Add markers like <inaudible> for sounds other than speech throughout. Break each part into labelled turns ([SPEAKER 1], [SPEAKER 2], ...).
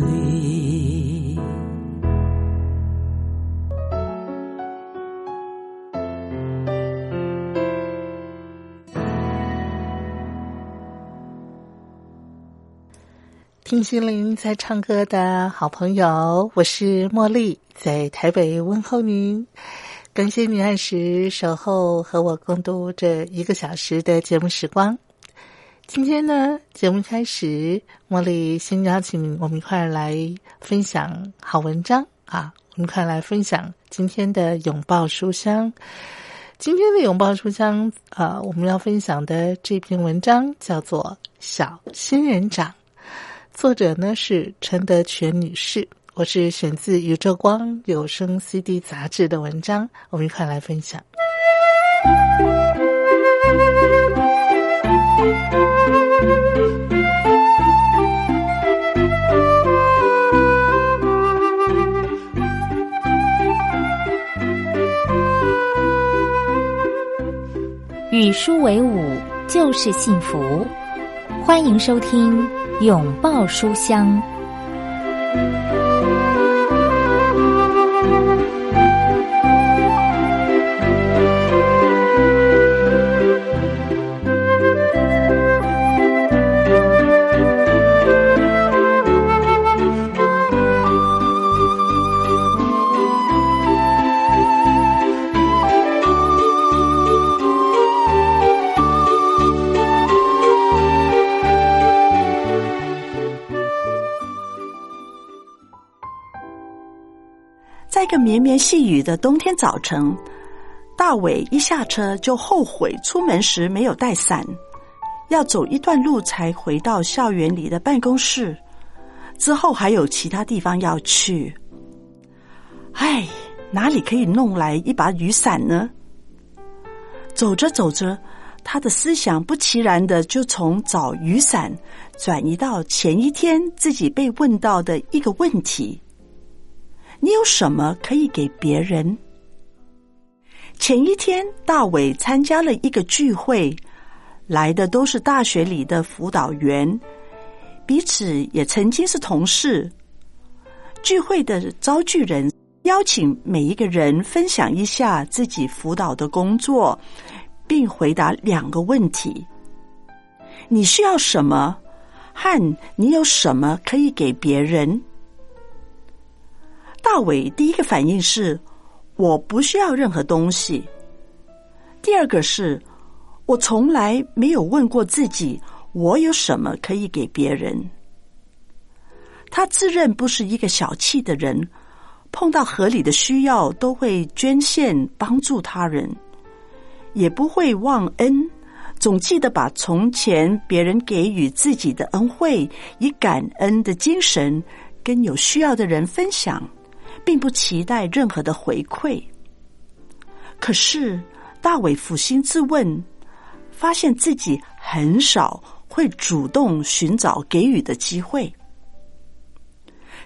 [SPEAKER 1] 离。
[SPEAKER 2] 听心灵在唱歌的好朋友，我是茉莉，在台北问候您。感谢您按时守候和我共度这一个小时的节目时光。今天呢，节目开始，茉莉先邀请我们一块儿来分享好文章啊，我们一块儿来分享今天的拥抱书香。今天的拥抱书香，呃，我们要分享的这篇文章叫做《小仙人掌》。作者呢是陈德全女士，我是选自宇宙光有声 CD 杂志的文章，我们一块来分享。
[SPEAKER 3] 与书为伍就是幸福。欢迎收听《拥抱书香》。
[SPEAKER 4] 在一个绵绵细雨的冬天早晨，大伟一下车就后悔出门时没有带伞，要走一段路才回到校园里的办公室。之后还有其他地方要去，唉，哪里可以弄来一把雨伞呢？走着走着，他的思想不其然的就从找雨伞转移到前一天自己被问到的一个问题。你有什么可以给别人？前一天，大伟参加了一个聚会，来的都是大学里的辅导员，彼此也曾经是同事。聚会的招聚人邀请每一个人分享一下自己辅导的工作，并回答两个问题：你需要什么？和你有什么可以给别人？大伟第一个反应是我不需要任何东西。第二个是我从来没有问过自己我有什么可以给别人。他自认不是一个小气的人，碰到合理的需要都会捐献帮助他人，也不会忘恩，总记得把从前别人给予自己的恩惠以感恩的精神跟有需要的人分享。并不期待任何的回馈。可是大伟负心自问，发现自己很少会主动寻找给予的机会。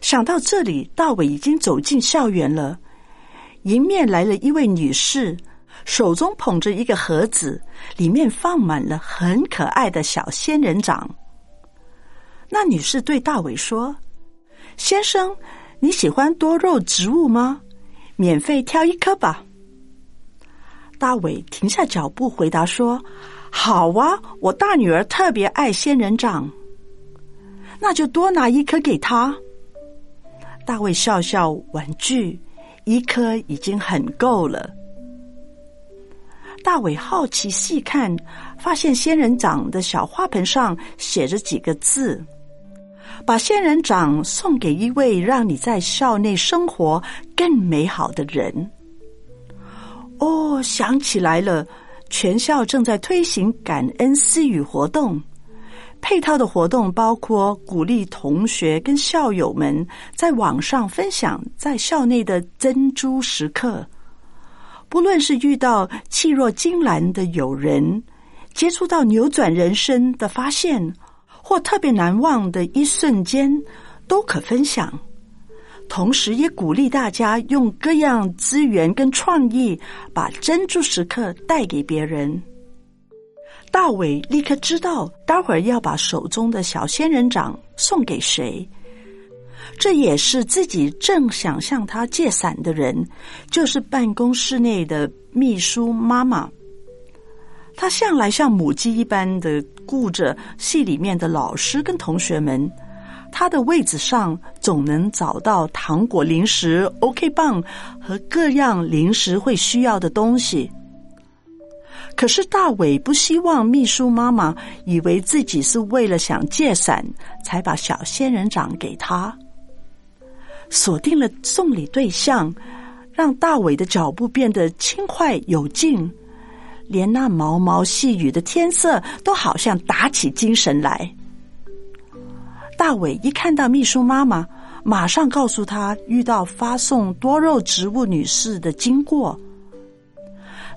[SPEAKER 4] 想到这里，大伟已经走进校园了，迎面来了一位女士，手中捧着一个盒子，里面放满了很可爱的小仙人掌。那女士对大伟说：“先生，你喜欢多肉植物吗？免费挑一棵吧。大伟停下脚步回答说：“好啊，我大女儿特别爱仙人掌，那就多拿一颗给她。”大卫笑笑婉拒，一颗已经很够了。大伟好奇细看，发现仙人掌的小花盆上写着几个字：“把仙人掌送给一位让你在校内生活更美好的人。”哦，想起来了，全校正在推行感恩私语活动。配套的活动包括鼓励同学跟校友们在网上分享在校内的珍珠时刻，不论是遇到气若金兰的友人，接触到扭转人生的发现，或特别难忘的一瞬间，都可分享。同时，也鼓励大家用各样资源跟创意，把珍珠时刻带给别人。大伟立刻知道，待会儿要把手中的小仙人掌送给谁。这也是自己正想向他借伞的人，就是办公室内的秘书妈妈。她向来像母鸡一般的顾着系里面的老师跟同学们。她的位子上总能找到糖果、零食、OK 棒和各样临时会需要的东西。可是大伟不希望秘书妈妈以为自己是为了想借伞才把小仙人掌给他，锁定了送礼对象，让大伟的脚步变得轻快有劲，连那毛毛细雨的天色都好像打起精神来。大伟一看到秘书妈妈，马上告诉他遇到发送多肉植物女士的经过。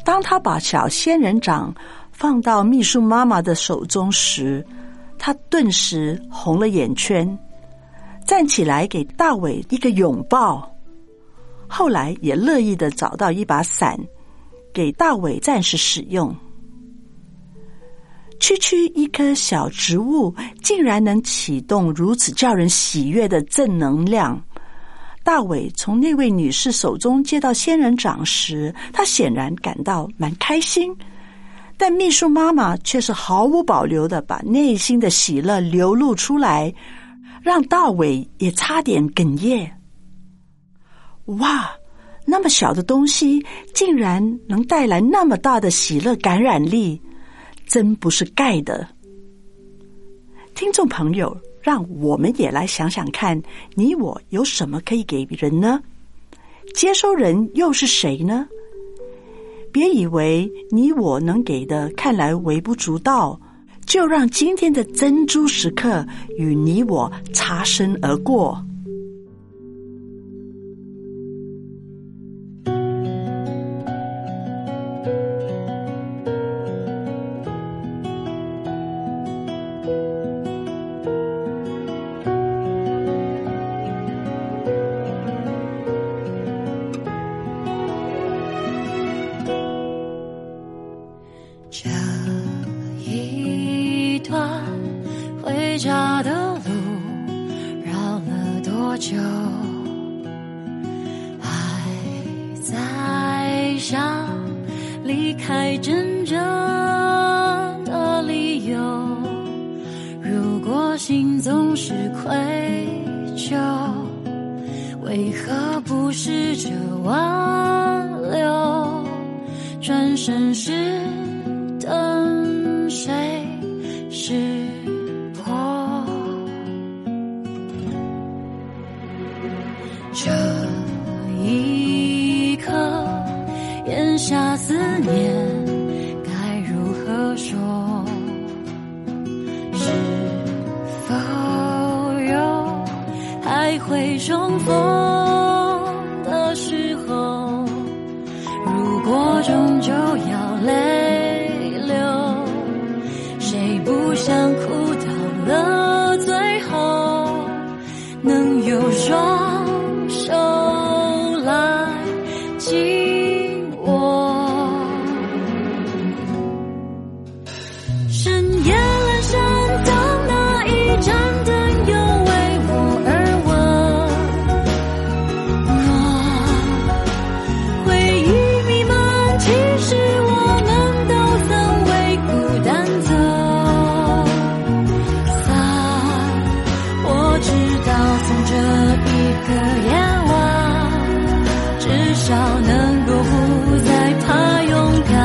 [SPEAKER 4] 当他把小仙人掌放到秘书妈妈的手中时，他顿时红了眼圈，站起来给大伟一个拥抱。后来也乐意的找到一把伞，给大伟暂时使用。区区一棵小植物，竟然能启动如此叫人喜悦的正能量。大伟从那位女士手中接到仙人掌时，他显然感到蛮开心，但秘书妈妈却是毫无保留的把内心的喜乐流露出来，让大伟也差点哽咽。哇，那么小的东西竟然能带来那么大的喜乐感染力，真不是盖的。听众朋友。让我们也来想想看，你我有什么可以给人呢？接收人又是谁呢？别以为你我能给的看来微不足道，就让今天的珍珠时刻与你我擦身而过。
[SPEAKER 1] 这一段回家的路绕了多久？还在想离开真正的理由。如果心总是愧疚，为何不试着挽留？转身时等谁识破？这一刻，咽下思念，该如何说？是否有还会重逢的时候？如果终究要泪流，谁不想哭到了最后，能有双手来紧握？深夜阑珊，当那一盏灯又为我而温暖。回忆弥漫，其实我们都曾为孤单走散。我知道，从这一个夜晚，至少能够不再怕勇敢。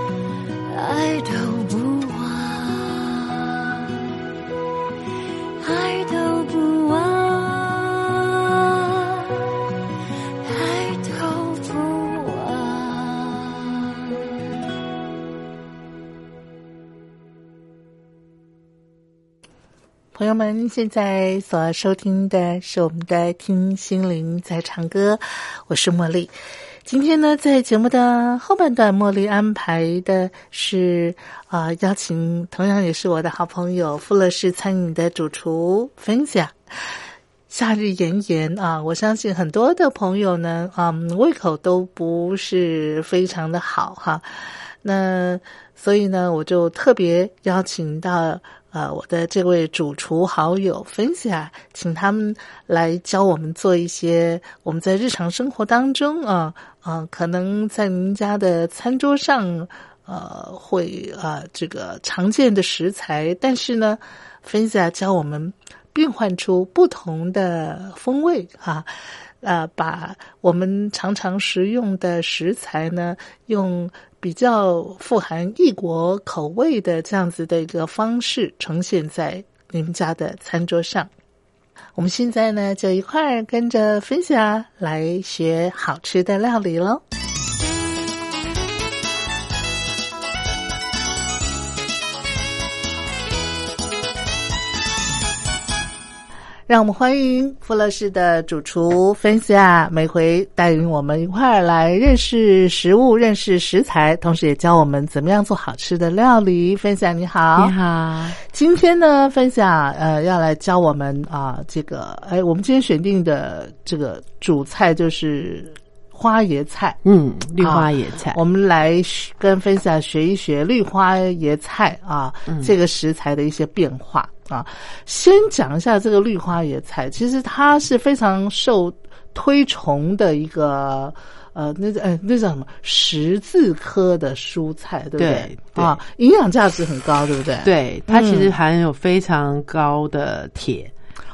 [SPEAKER 1] 都不忘，爱都不忘，爱都不忘。
[SPEAKER 5] 朋友们，现在所收听的是我们的《听心灵在唱歌》，我是茉莉。今天呢，在节目的后半段，茉莉安排的是啊、呃邀请同样也是我的好朋友富乐士餐饮的主厨分享。夏日炎炎啊，我相信很多的朋友呢，嗯，胃口都不是非常的好哈。那所以呢，我就特别邀请到呃我的这位主厨好友分享，请他们来教我们做一些我们在日常生活当中啊啊、呃可能在您家的餐桌上呃会啊、呃这个常见的食材，但是呢，分享教我们变换出不同的风味啊。呃，把我们常常食用的食材呢，用比较富含异国口味的这样子的一个方式呈现在你们家的餐桌上。我们现在呢，就一块儿跟着分享来学好吃的料理喽。让我们欢迎富乐士的主厨芬西亚，每回带领我们一块儿来认识食物、认识食材，同时也教我们怎么样做好吃的料理。芬西亚你好，
[SPEAKER 6] 你好，
[SPEAKER 5] 今天呢，分享呃要来教我们啊、这个哎，我们今天选定的这个主菜就是花椰菜。
[SPEAKER 6] 嗯，绿花野菜，
[SPEAKER 5] 我们来学跟分享学一学绿花椰菜啊、
[SPEAKER 6] 嗯
[SPEAKER 5] 这个食材的一些变化啊。先讲一下这个绿花椰菜，其实它是非常受推崇的一个呃，那呃那叫什么十字科的蔬菜，对不
[SPEAKER 6] 对对
[SPEAKER 5] 啊，营养价值很高，对不对？
[SPEAKER 6] 对，它其实含有非常高的铁。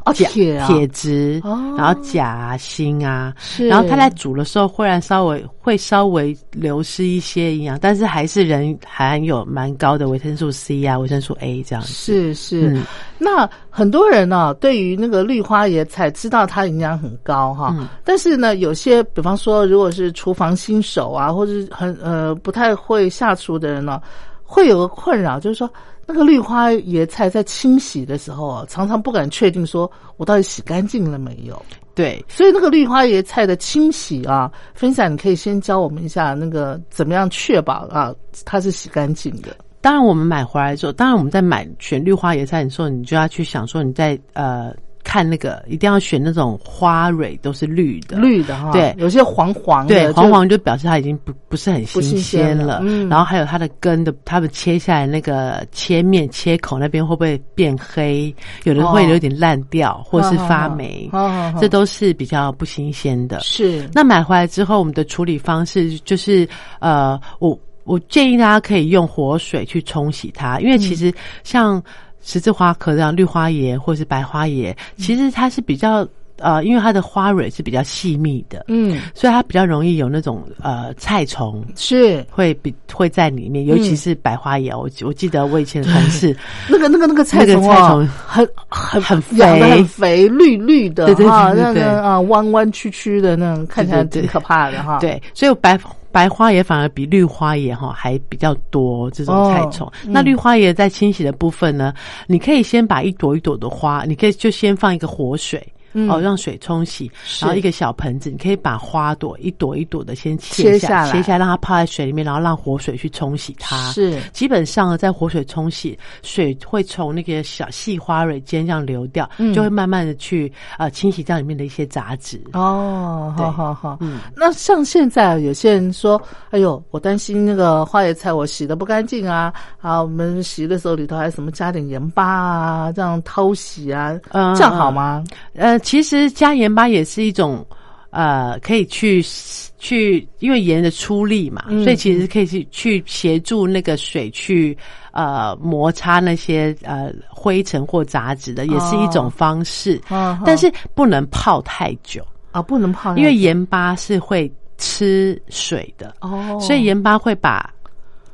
[SPEAKER 5] 哦
[SPEAKER 6] 钾
[SPEAKER 5] 铁啊
[SPEAKER 6] 铁质，
[SPEAKER 5] 哦
[SPEAKER 6] 然后钾啊、锌啊，
[SPEAKER 5] 是
[SPEAKER 6] 然后它在煮的时候，忽然稍微会稍微流失一些营养，但是还是人含有蛮高的维生素 C 啊、维生素 A 这样子。
[SPEAKER 5] 是是，
[SPEAKER 6] 嗯
[SPEAKER 5] 那很多人呢、对于那个绿花椰菜知道它营养很高哈，
[SPEAKER 6] 嗯
[SPEAKER 5] 但是呢，有些比方说，如果是厨房新手啊，或者是很呃不太会下厨的人呢、会有个困扰，就是说那个绿花椰菜在清洗的时候啊，常常不敢确定说我到底洗干净了没有，
[SPEAKER 6] 对，
[SPEAKER 5] 所以那个绿花椰菜的清洗啊，分享你可以先教我们一下那个怎么样确保啊它是洗干净的，
[SPEAKER 6] 当然我们买回来之后，当然我们在买选绿花椰菜的时候，你就要去想说你在呃看那个一定要选那种花蕊都是绿的，
[SPEAKER 5] 绿的哈，
[SPEAKER 6] 对
[SPEAKER 5] 有些黄黄的，
[SPEAKER 6] 对，
[SPEAKER 5] 就
[SPEAKER 6] 黄黄就表示它已经不不是很
[SPEAKER 5] 不新鲜
[SPEAKER 6] 鲜
[SPEAKER 5] 了嗯
[SPEAKER 6] 然后还有它的根的，它们切下来那个切面切口那边会不会变黑？有的会
[SPEAKER 5] 哦
[SPEAKER 6] 有点烂掉，或是发霉，
[SPEAKER 5] 哦哦哦
[SPEAKER 6] 这都是比较不新鲜的。
[SPEAKER 5] 是
[SPEAKER 6] 那买回来之后，我们的处理方式就是呃，我我建议大家可以用活水去冲洗它，
[SPEAKER 5] 嗯
[SPEAKER 6] 因为其实像十字花科这样绿花椰或是白花椰，
[SPEAKER 5] 嗯
[SPEAKER 6] 其实它是比较呃，因为它的花蕊是比较细密的，
[SPEAKER 5] 嗯
[SPEAKER 6] 所以它比较容易有那种呃菜虫。
[SPEAKER 5] 是
[SPEAKER 6] 会比会在里面，尤其是白花椰。我记我记得我以前的同事，
[SPEAKER 5] 那个那个那个嗯菜
[SPEAKER 6] <laughs> 那个
[SPEAKER 5] 虫
[SPEAKER 6] 菜
[SPEAKER 5] 啊，
[SPEAKER 6] 虫
[SPEAKER 5] 很很
[SPEAKER 6] 很
[SPEAKER 5] 养的
[SPEAKER 6] 肥
[SPEAKER 5] 很肥，绿绿的
[SPEAKER 6] 对对
[SPEAKER 5] 哈，
[SPEAKER 6] 对
[SPEAKER 5] 那
[SPEAKER 6] 对对
[SPEAKER 5] 个啊弯弯曲曲的那种，看起来
[SPEAKER 6] 对对
[SPEAKER 5] 挺可怕的哈。
[SPEAKER 6] 对，所以白白花椰反而比绿花椰哈还比较多这种菜虫。
[SPEAKER 5] 哦
[SPEAKER 6] 那绿花椰在清洗的部分呢，你可以先把一朵一朵的花，你可以就先放一个活水。
[SPEAKER 5] 嗯
[SPEAKER 6] 哦，让水冲洗，然后一个小盆子，你可以把花朵一朵一朵的先切
[SPEAKER 5] 切下来
[SPEAKER 6] 切下来让它泡在水里面，然后让活水去冲洗它。
[SPEAKER 5] 是
[SPEAKER 6] 基本上呢，在活水冲洗，水会从那个小细花蕊间这样流掉，
[SPEAKER 5] 嗯
[SPEAKER 6] 就会慢慢的去呃清洗掉里面的一些杂质。
[SPEAKER 5] 哦，好
[SPEAKER 6] 对
[SPEAKER 5] 好好，
[SPEAKER 6] 嗯
[SPEAKER 5] 那像现在有些人说，哎呦，我担心那个花椰菜我洗的不干净啊，啊，我们洗的时候里头还什么加点盐巴啊，这样偷洗啊，
[SPEAKER 6] 嗯
[SPEAKER 5] 这样好吗？
[SPEAKER 6] 呃，其实加盐巴也是一种，呃，可以去 s- 去，因为盐的出力嘛，
[SPEAKER 5] 嗯
[SPEAKER 6] 所以其实可以去去协助那个水去呃摩擦那些呃灰尘或杂质
[SPEAKER 5] 哦
[SPEAKER 6] 的，也是一种方式。
[SPEAKER 5] 嗯，
[SPEAKER 6] 但是不能泡太久，
[SPEAKER 5] 啊，不能泡下去，
[SPEAKER 6] 因为盐巴是会吃水的，
[SPEAKER 5] 哦，
[SPEAKER 6] 所以盐巴会把。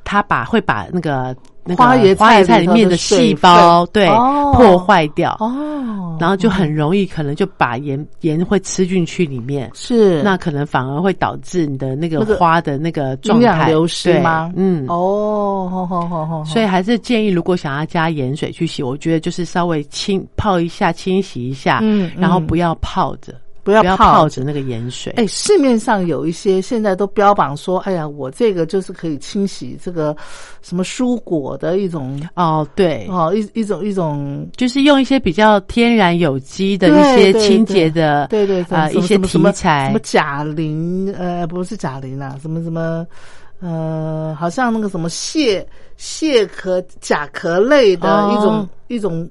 [SPEAKER 6] 它把会把那个那个
[SPEAKER 5] 花椰菜
[SPEAKER 6] 花椰菜
[SPEAKER 5] 里
[SPEAKER 6] 里
[SPEAKER 5] 头
[SPEAKER 6] 面
[SPEAKER 5] 的水
[SPEAKER 6] 细胞
[SPEAKER 5] 分
[SPEAKER 6] 对、
[SPEAKER 5] 哦
[SPEAKER 6] 破坏掉，
[SPEAKER 5] 哦，
[SPEAKER 6] 然后就很容易可能就把盐盐会吃进去里面。
[SPEAKER 5] 是
[SPEAKER 6] 那可能反而会导致你的那个
[SPEAKER 5] 那个
[SPEAKER 6] 花的那个状
[SPEAKER 5] 营养
[SPEAKER 6] 态
[SPEAKER 5] 流失
[SPEAKER 6] 对
[SPEAKER 5] 吗？
[SPEAKER 6] 嗯，
[SPEAKER 5] 哦，好好好好，
[SPEAKER 6] 所以还是建议，如果想要加盐水去洗，我觉得就是稍微清泡一下，清洗一下，
[SPEAKER 5] 嗯
[SPEAKER 6] 然后
[SPEAKER 5] 嗯
[SPEAKER 6] 不要泡着，
[SPEAKER 5] 不要
[SPEAKER 6] 不要
[SPEAKER 5] 泡
[SPEAKER 6] 泡着那个盐水。
[SPEAKER 5] 哎，市面上有一些现在都标榜说，哎呀，我这个就是可以清洗这个什么蔬果的一种
[SPEAKER 6] 哦，对，
[SPEAKER 5] 哦，一一种一种，
[SPEAKER 6] 就是用一些比较天然有机的一
[SPEAKER 5] 对
[SPEAKER 6] 些
[SPEAKER 5] 对
[SPEAKER 6] 清洁的，
[SPEAKER 5] 对对
[SPEAKER 6] 啊、
[SPEAKER 5] 什
[SPEAKER 6] 一
[SPEAKER 5] 么
[SPEAKER 6] 些
[SPEAKER 5] 什么什
[SPEAKER 6] 题
[SPEAKER 5] 么什
[SPEAKER 6] 材
[SPEAKER 5] 么，贾磷，呃，不是贾磷啦，什么什么，呃，好像那个什么蟹蟹壳甲壳类的
[SPEAKER 6] 哦
[SPEAKER 5] 一种、一种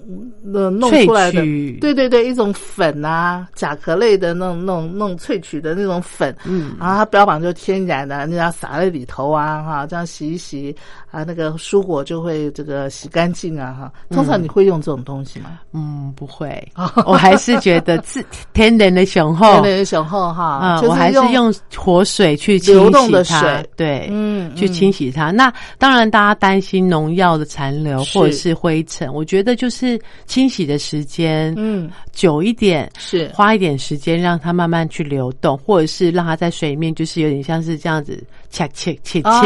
[SPEAKER 5] 呃弄
[SPEAKER 6] 萃
[SPEAKER 5] 出来的
[SPEAKER 6] 取，
[SPEAKER 5] 对对对，一种粉啊，甲壳类的那种那种那种萃取的那种粉，
[SPEAKER 6] 嗯，
[SPEAKER 5] 然后它标榜就天然的，你要撒在里头啊，哈，这样洗一洗啊，那个蔬果就会这个洗干净啊，哈。通常你会用这种东西吗？
[SPEAKER 6] 嗯，不会，
[SPEAKER 5] 哦
[SPEAKER 6] 我还是觉得自 <laughs> 天然的雄
[SPEAKER 5] 有
[SPEAKER 6] 厚，
[SPEAKER 5] 点雄厚哈，
[SPEAKER 6] 哦嗯，
[SPEAKER 5] 啊就
[SPEAKER 6] 我还是
[SPEAKER 5] 用
[SPEAKER 6] 用活水去清
[SPEAKER 5] 流动
[SPEAKER 6] 洗
[SPEAKER 5] 的
[SPEAKER 6] 它
[SPEAKER 5] 水
[SPEAKER 6] 对，
[SPEAKER 5] 嗯
[SPEAKER 6] 去
[SPEAKER 5] 嗯
[SPEAKER 6] 清洗它。那当然，大家担心农药的残留
[SPEAKER 5] 是
[SPEAKER 6] 或者是灰尘，我觉得就是清洗的时间
[SPEAKER 5] 嗯
[SPEAKER 6] 久一点，
[SPEAKER 5] 是
[SPEAKER 6] 花一点时间让它慢慢去流动，或者是让它在水面，就是有点像是这样子切切切切，
[SPEAKER 5] 啊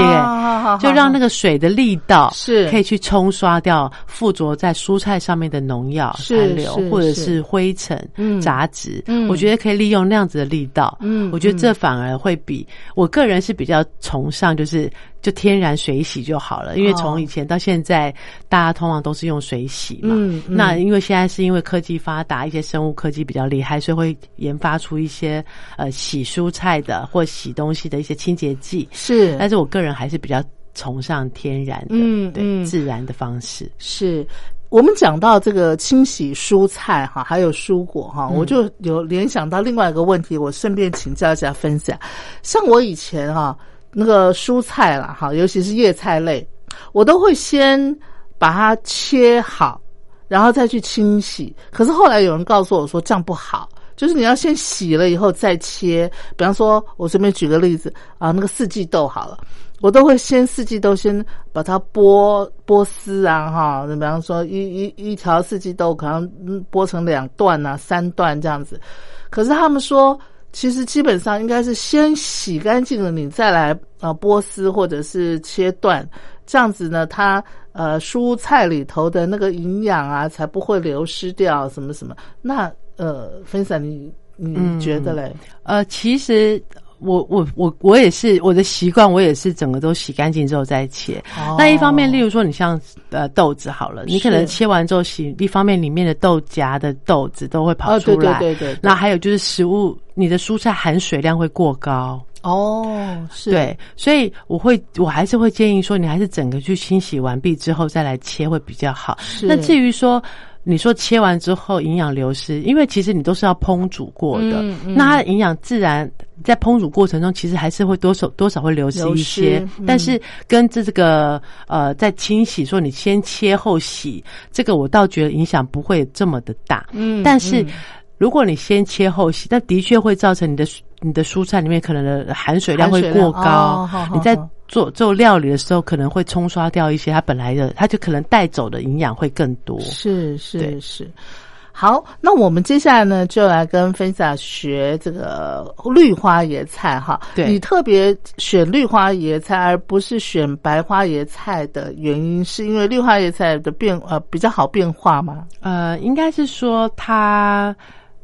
[SPEAKER 6] 就让那
[SPEAKER 5] 个
[SPEAKER 6] 个水的力道
[SPEAKER 5] 是
[SPEAKER 6] 可以去冲刷掉附着在蔬菜上面的农药
[SPEAKER 5] 是
[SPEAKER 6] 残留
[SPEAKER 5] 是
[SPEAKER 6] 或者
[SPEAKER 5] 是
[SPEAKER 6] 是灰尘
[SPEAKER 5] 嗯、
[SPEAKER 6] 杂质
[SPEAKER 5] 嗯。
[SPEAKER 6] 我觉得可以利用那样子的力道。
[SPEAKER 5] 嗯
[SPEAKER 6] 我觉得这反而会比我个人是比较崇尚，就是就天然水洗就好了，因为
[SPEAKER 5] 哦
[SPEAKER 6] 从以前到现在，大家通常都是用水洗嘛。
[SPEAKER 5] 嗯嗯
[SPEAKER 6] 那因为现在是因为科技发达，一些生物科技比较厉害，所以会研发出一些呃洗蔬菜的或洗东西的一些清洁剂。
[SPEAKER 5] 是
[SPEAKER 6] 但是我个人还是比较崇尚天然的，
[SPEAKER 5] 嗯
[SPEAKER 6] 对、
[SPEAKER 5] 嗯
[SPEAKER 6] 自然的方式。
[SPEAKER 5] 是。我们讲到这个清洗蔬菜哈，还有蔬果哈，
[SPEAKER 6] 嗯
[SPEAKER 5] 我就有联想到另外一个问题，我顺便请教一下分享。像我以前哈，那个蔬菜啦哈，尤其是叶菜类，我都会先把它切好，然后再去清洗。可是后来有人告诉我说这样不好，就是你要先洗了以后再切。比方说，我随便举个例子啊，那个四季豆好了。我都会先四季豆先把它剥剥丝啊，哈，那比方说一一一条四季豆可能嗯剥成两段啊、三段这样子。可是他们说，其实基本上应该是先洗干净了，你再来呃剥丝或者是切断，这样子呢，它呃蔬菜里头的那个营养啊才不会流失掉什么什么。那呃，分享你你
[SPEAKER 6] 嗯
[SPEAKER 5] 觉得嘞？
[SPEAKER 6] 呃，其实我我我我也是我的习惯，我也是整个都洗干净之后再切。那一方面，例如说你像呃豆子好了，你可能
[SPEAKER 5] 哦是
[SPEAKER 6] 切完之后洗，一方面里面的豆荚的豆子都会跑
[SPEAKER 5] 哦，
[SPEAKER 6] 出
[SPEAKER 5] 对
[SPEAKER 6] 来，
[SPEAKER 5] 对对对，
[SPEAKER 6] 那还有就是食物，你的蔬菜含水量会过高，
[SPEAKER 5] 哦是
[SPEAKER 6] 对，所以我会我还是会建议说，你还是整个去清洗完毕之后再来切会比较好。
[SPEAKER 5] 是
[SPEAKER 6] 那至于说。你说切完之后营养流失，因为其实你都是要烹煮过的，
[SPEAKER 5] 嗯嗯
[SPEAKER 6] 那它的营养自然在烹煮过程中其实还是会多少多少会流失
[SPEAKER 5] 流
[SPEAKER 6] 一些，
[SPEAKER 5] 失嗯
[SPEAKER 6] 但是跟这个呃在清洗说你先切后洗，这个我倒觉得影响不会这么的大，
[SPEAKER 5] 嗯
[SPEAKER 6] 但是
[SPEAKER 5] 嗯
[SPEAKER 6] 如果你先切后洗，那的确会造成你的蔬你的蔬菜里面可能的含水量
[SPEAKER 5] 含
[SPEAKER 6] 会
[SPEAKER 5] 水量
[SPEAKER 6] 过高，
[SPEAKER 5] 哦好好
[SPEAKER 6] 你在
[SPEAKER 5] 好
[SPEAKER 6] 做做料理的时候可能会冲刷掉一些它本来的，它就可能带走的营养会更多。
[SPEAKER 5] 是是
[SPEAKER 6] 对
[SPEAKER 5] 是。好，那我们接下来呢，就来跟分享学这个绿花椰菜哈。
[SPEAKER 6] 对
[SPEAKER 5] 你特别选绿花椰菜，而不是选白花椰菜的原因，是因为绿花椰菜的变呃比较好变化吗？
[SPEAKER 6] 呃，应该是说它，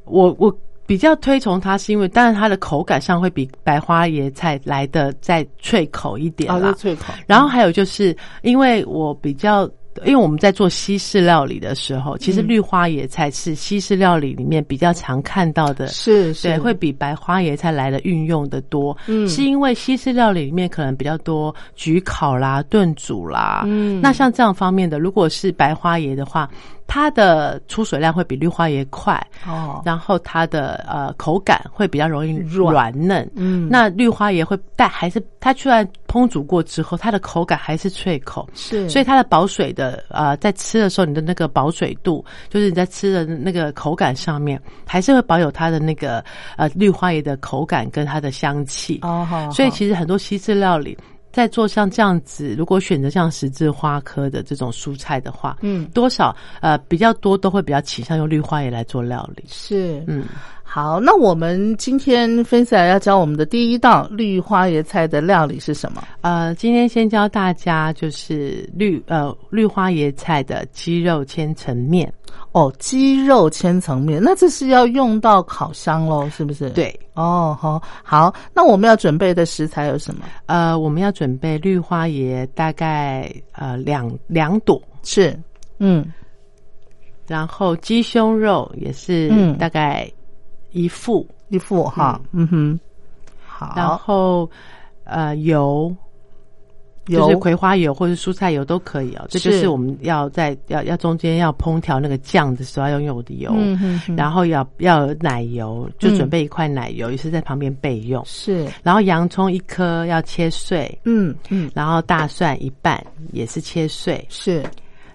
[SPEAKER 6] 我我比较推崇它，是因为当然它的口感上会比白花椰菜来的再脆口一点
[SPEAKER 5] 啊，
[SPEAKER 6] 啦。
[SPEAKER 5] 就脆口。
[SPEAKER 6] 然后还有就是，因为我比较，因为我们在做西式料理的时
[SPEAKER 5] 嗯
[SPEAKER 6] 候，其实绿花椰菜是西式料理里面比较常看到的。
[SPEAKER 5] 是是
[SPEAKER 6] 对，会比白花椰菜来的运用的多，
[SPEAKER 5] 嗯
[SPEAKER 6] 是因为西式料理里面可能比较多焗烤啦、炖煮啦，
[SPEAKER 5] 嗯
[SPEAKER 6] 那像这样方面的，如果是白花椰的话，它的出水量会比绿花椰快，
[SPEAKER 5] 哦，
[SPEAKER 6] 然后它的呃口感会比较容易
[SPEAKER 5] 软
[SPEAKER 6] 软嫩，
[SPEAKER 5] 嗯
[SPEAKER 6] 那绿花椰会带还是它虽然烹煮过之后，它的口感还是脆口，
[SPEAKER 5] 是
[SPEAKER 6] 所以它的保水的呃，在吃的时候你的那个保水度，就是你在吃的那个口感上面，还是会保有它的那个呃绿花椰的口感跟它的香气。
[SPEAKER 5] 哦好，
[SPEAKER 6] 所以
[SPEAKER 5] 好
[SPEAKER 6] 其实很多西式料理。在做像这样子，如果选择像十字花科的这种蔬菜的话，
[SPEAKER 5] 嗯，
[SPEAKER 6] 多少呃比较多都会比较倾向用绿花椰来做料理。
[SPEAKER 5] 是，
[SPEAKER 6] 嗯，
[SPEAKER 5] 好，那我们今天分享要教我们的第一道绿花椰菜的料理是什么？
[SPEAKER 6] 呃，今天先教大家就是绿呃绿花椰菜的鸡肉千层面。
[SPEAKER 5] 哦，鸡肉千层面，那这是要用到烤箱喽，是不是？，
[SPEAKER 6] 对，
[SPEAKER 5] 哦，好，好，那我们要准备的食材有什么？
[SPEAKER 6] 呃，我们要准备绿花椰大概呃两两朵，
[SPEAKER 5] 是，嗯，
[SPEAKER 6] 然后鸡胸肉也是
[SPEAKER 5] 嗯
[SPEAKER 6] 大概一副，
[SPEAKER 5] 一副哈，嗯哼，好，
[SPEAKER 6] 然后呃油。
[SPEAKER 5] 油
[SPEAKER 6] 就是葵花油或者蔬菜油都可以哦，这就是是我们要在要要中间要烹调那个酱的时候要用有的油，
[SPEAKER 5] 嗯哼哼
[SPEAKER 6] 然后要要有奶油，就
[SPEAKER 5] 嗯
[SPEAKER 6] 准备一块奶油，也是在旁边备用。
[SPEAKER 5] 是，
[SPEAKER 6] 然后洋葱一颗要切碎，
[SPEAKER 5] 嗯嗯，
[SPEAKER 6] 然后大蒜一半也是切碎，
[SPEAKER 5] 是，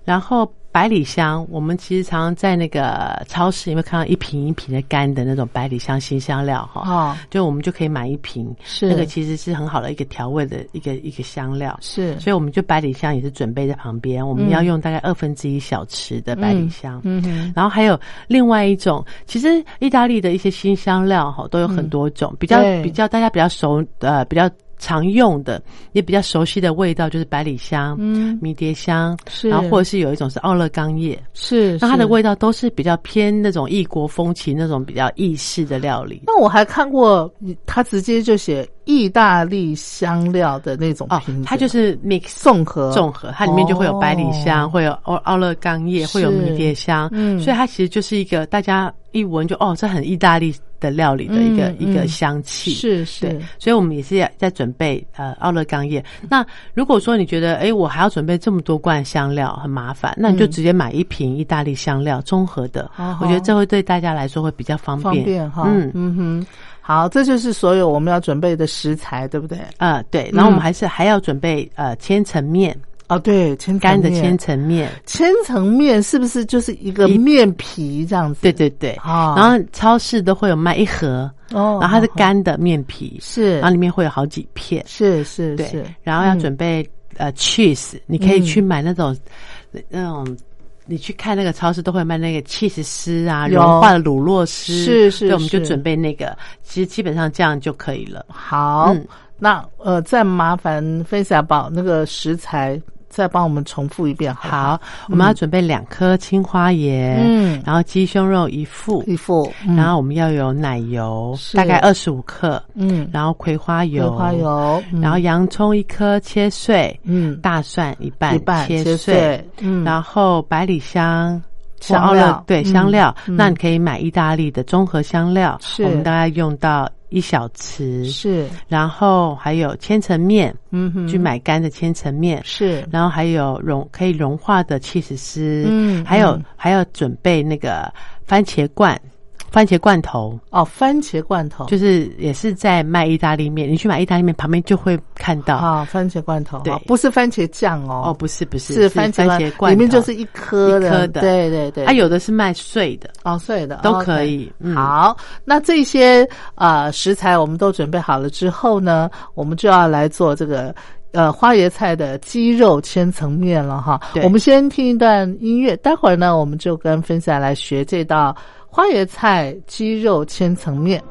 [SPEAKER 6] 然后百里香，我们其实常常在那个超市，你会看到一瓶一瓶的干的那种百里香新香料哈，
[SPEAKER 5] 哦，
[SPEAKER 6] 就我们就可以买一瓶，
[SPEAKER 5] 是
[SPEAKER 6] 那个其实是很好的一个调味的一个一个香料。
[SPEAKER 5] 是，
[SPEAKER 6] 所以我们就百里香也是准备在旁边，我们要用大概二分之一小匙的百里香。
[SPEAKER 5] 嗯哼，
[SPEAKER 6] 然后还有另外一种，其实意大利的一些新香料哈都有很多种，比较
[SPEAKER 5] 嗯对
[SPEAKER 6] 比较大家比较熟呃比较常用的也比较熟悉的味道就是百里香、
[SPEAKER 5] 嗯，
[SPEAKER 6] 迷迭香，
[SPEAKER 5] 是，
[SPEAKER 6] 然后或者是有一种是奥勒冈叶，
[SPEAKER 5] 是，
[SPEAKER 6] 那它的
[SPEAKER 5] 是
[SPEAKER 6] 味道都是比较偏那种异国风情那种比较意式的料理。
[SPEAKER 5] 那我还看过，他直接就写意大利香料的那种
[SPEAKER 6] 哦
[SPEAKER 5] 瓶，子，
[SPEAKER 6] 它就是 mix
[SPEAKER 5] 综合
[SPEAKER 6] 综合，它里面就会有百里香，
[SPEAKER 5] 哦
[SPEAKER 6] 会有奥奥勒冈叶，会有迷迭香，
[SPEAKER 5] 嗯
[SPEAKER 6] 所以它其实就是一个大家一闻就哦，这很意大利的料理的一个、
[SPEAKER 5] 嗯
[SPEAKER 6] 一个
[SPEAKER 5] 嗯
[SPEAKER 6] 香气。
[SPEAKER 5] 是
[SPEAKER 6] 对
[SPEAKER 5] 是，
[SPEAKER 6] 所以我们也是在准备呃奥勒冈叶。那如果说你觉得诶我还要准备这么多罐香料很麻烦，那你就
[SPEAKER 5] 嗯哦
[SPEAKER 6] 直接买一瓶意大利香料综合的，
[SPEAKER 5] 好
[SPEAKER 6] 我觉得这会对大家来说会比较方
[SPEAKER 5] 方
[SPEAKER 6] 便。
[SPEAKER 5] 便哈，
[SPEAKER 6] 嗯
[SPEAKER 5] 嗯哼，好，这就是所有我们要准备的食材，对不对？
[SPEAKER 6] 呃，对，然后我
[SPEAKER 5] 嗯
[SPEAKER 6] 们还是还要准备呃千层面，
[SPEAKER 5] 哦，对，千层
[SPEAKER 6] 干的
[SPEAKER 5] 面
[SPEAKER 6] 千层面，
[SPEAKER 5] 千层面是不是就是一个
[SPEAKER 6] 一
[SPEAKER 5] 面皮这样子？
[SPEAKER 6] 对对对。
[SPEAKER 5] 啊，
[SPEAKER 6] 然后超市都会有卖一盒，
[SPEAKER 5] 哦，
[SPEAKER 6] 然后它是
[SPEAKER 5] 好，
[SPEAKER 6] 干的面皮，
[SPEAKER 5] 是
[SPEAKER 6] 然后里面会有好几片，
[SPEAKER 5] 是是
[SPEAKER 6] 啊对
[SPEAKER 5] 是，，
[SPEAKER 6] 然后要
[SPEAKER 5] 嗯
[SPEAKER 6] 准备、呃 cheese，你可以
[SPEAKER 5] 嗯
[SPEAKER 6] 去买那种、那种。你去看那个超市都会卖那个 cheese 丝啊，
[SPEAKER 5] 有
[SPEAKER 6] 融化的乳酪丝，
[SPEAKER 5] 是是
[SPEAKER 6] 对，我们就是准备那个，其实基本上这样就可以了。
[SPEAKER 5] 好，
[SPEAKER 6] 嗯
[SPEAKER 5] 那呃，再麻烦分享宝那个食材，再帮我们重复一遍好不好，
[SPEAKER 6] 好，我们要准备两颗青花椰，
[SPEAKER 5] 嗯
[SPEAKER 6] 然后鸡胸肉一副，
[SPEAKER 5] 一副，
[SPEAKER 6] 然后我们要有奶油，
[SPEAKER 5] 是
[SPEAKER 6] 大概二十五克，
[SPEAKER 5] 嗯，
[SPEAKER 6] 然后葵花油，
[SPEAKER 5] 葵花油，嗯
[SPEAKER 6] 然后洋葱一颗切碎，
[SPEAKER 5] 嗯，
[SPEAKER 6] 大蒜一半
[SPEAKER 5] 一半
[SPEAKER 6] 切
[SPEAKER 5] 切
[SPEAKER 6] 碎，
[SPEAKER 5] 碎，嗯，
[SPEAKER 6] 然后百里香。或
[SPEAKER 5] 香
[SPEAKER 6] 奥勒
[SPEAKER 5] 料
[SPEAKER 6] 对
[SPEAKER 5] 嗯
[SPEAKER 6] 香料，
[SPEAKER 5] 嗯
[SPEAKER 6] 那你可以买意大利的综合香料，
[SPEAKER 5] 是
[SPEAKER 6] 我们大概用到一小匙，
[SPEAKER 5] 是，
[SPEAKER 6] 然后还有千层面，
[SPEAKER 5] 嗯哼，
[SPEAKER 6] 去买干的千层面，
[SPEAKER 5] 是，
[SPEAKER 6] 然后还有融可以融化的起司丝，
[SPEAKER 5] 嗯
[SPEAKER 6] 还有
[SPEAKER 5] 嗯
[SPEAKER 6] 还要准备那个番茄罐，番茄罐头，
[SPEAKER 5] 哦，番茄罐头，
[SPEAKER 6] 就是也是在卖意大利面，你去买意大利面旁边就会看到，
[SPEAKER 5] 啊，番茄罐头，
[SPEAKER 6] 对
[SPEAKER 5] 啊不是番茄酱
[SPEAKER 6] 哦，
[SPEAKER 5] 哦，
[SPEAKER 6] 不是不是，
[SPEAKER 5] 是
[SPEAKER 6] 番
[SPEAKER 5] 番茄罐
[SPEAKER 6] 罐
[SPEAKER 5] 里面
[SPEAKER 6] 头
[SPEAKER 5] 就是一颗的，
[SPEAKER 6] 一颗的
[SPEAKER 5] 对对对，
[SPEAKER 6] 它、有的是卖碎的，
[SPEAKER 5] 哦，碎的
[SPEAKER 6] 都
[SPEAKER 5] OK
[SPEAKER 6] 可以嗯
[SPEAKER 5] 好，那这些呃食材我们都准备好了之后呢，我们就要来做这个呃花椰菜的鸡肉千层面了哈。
[SPEAKER 6] 对
[SPEAKER 5] 我们先听一段音乐，待会儿呢我们就跟分享来学这道花椰菜鸡肉千层面。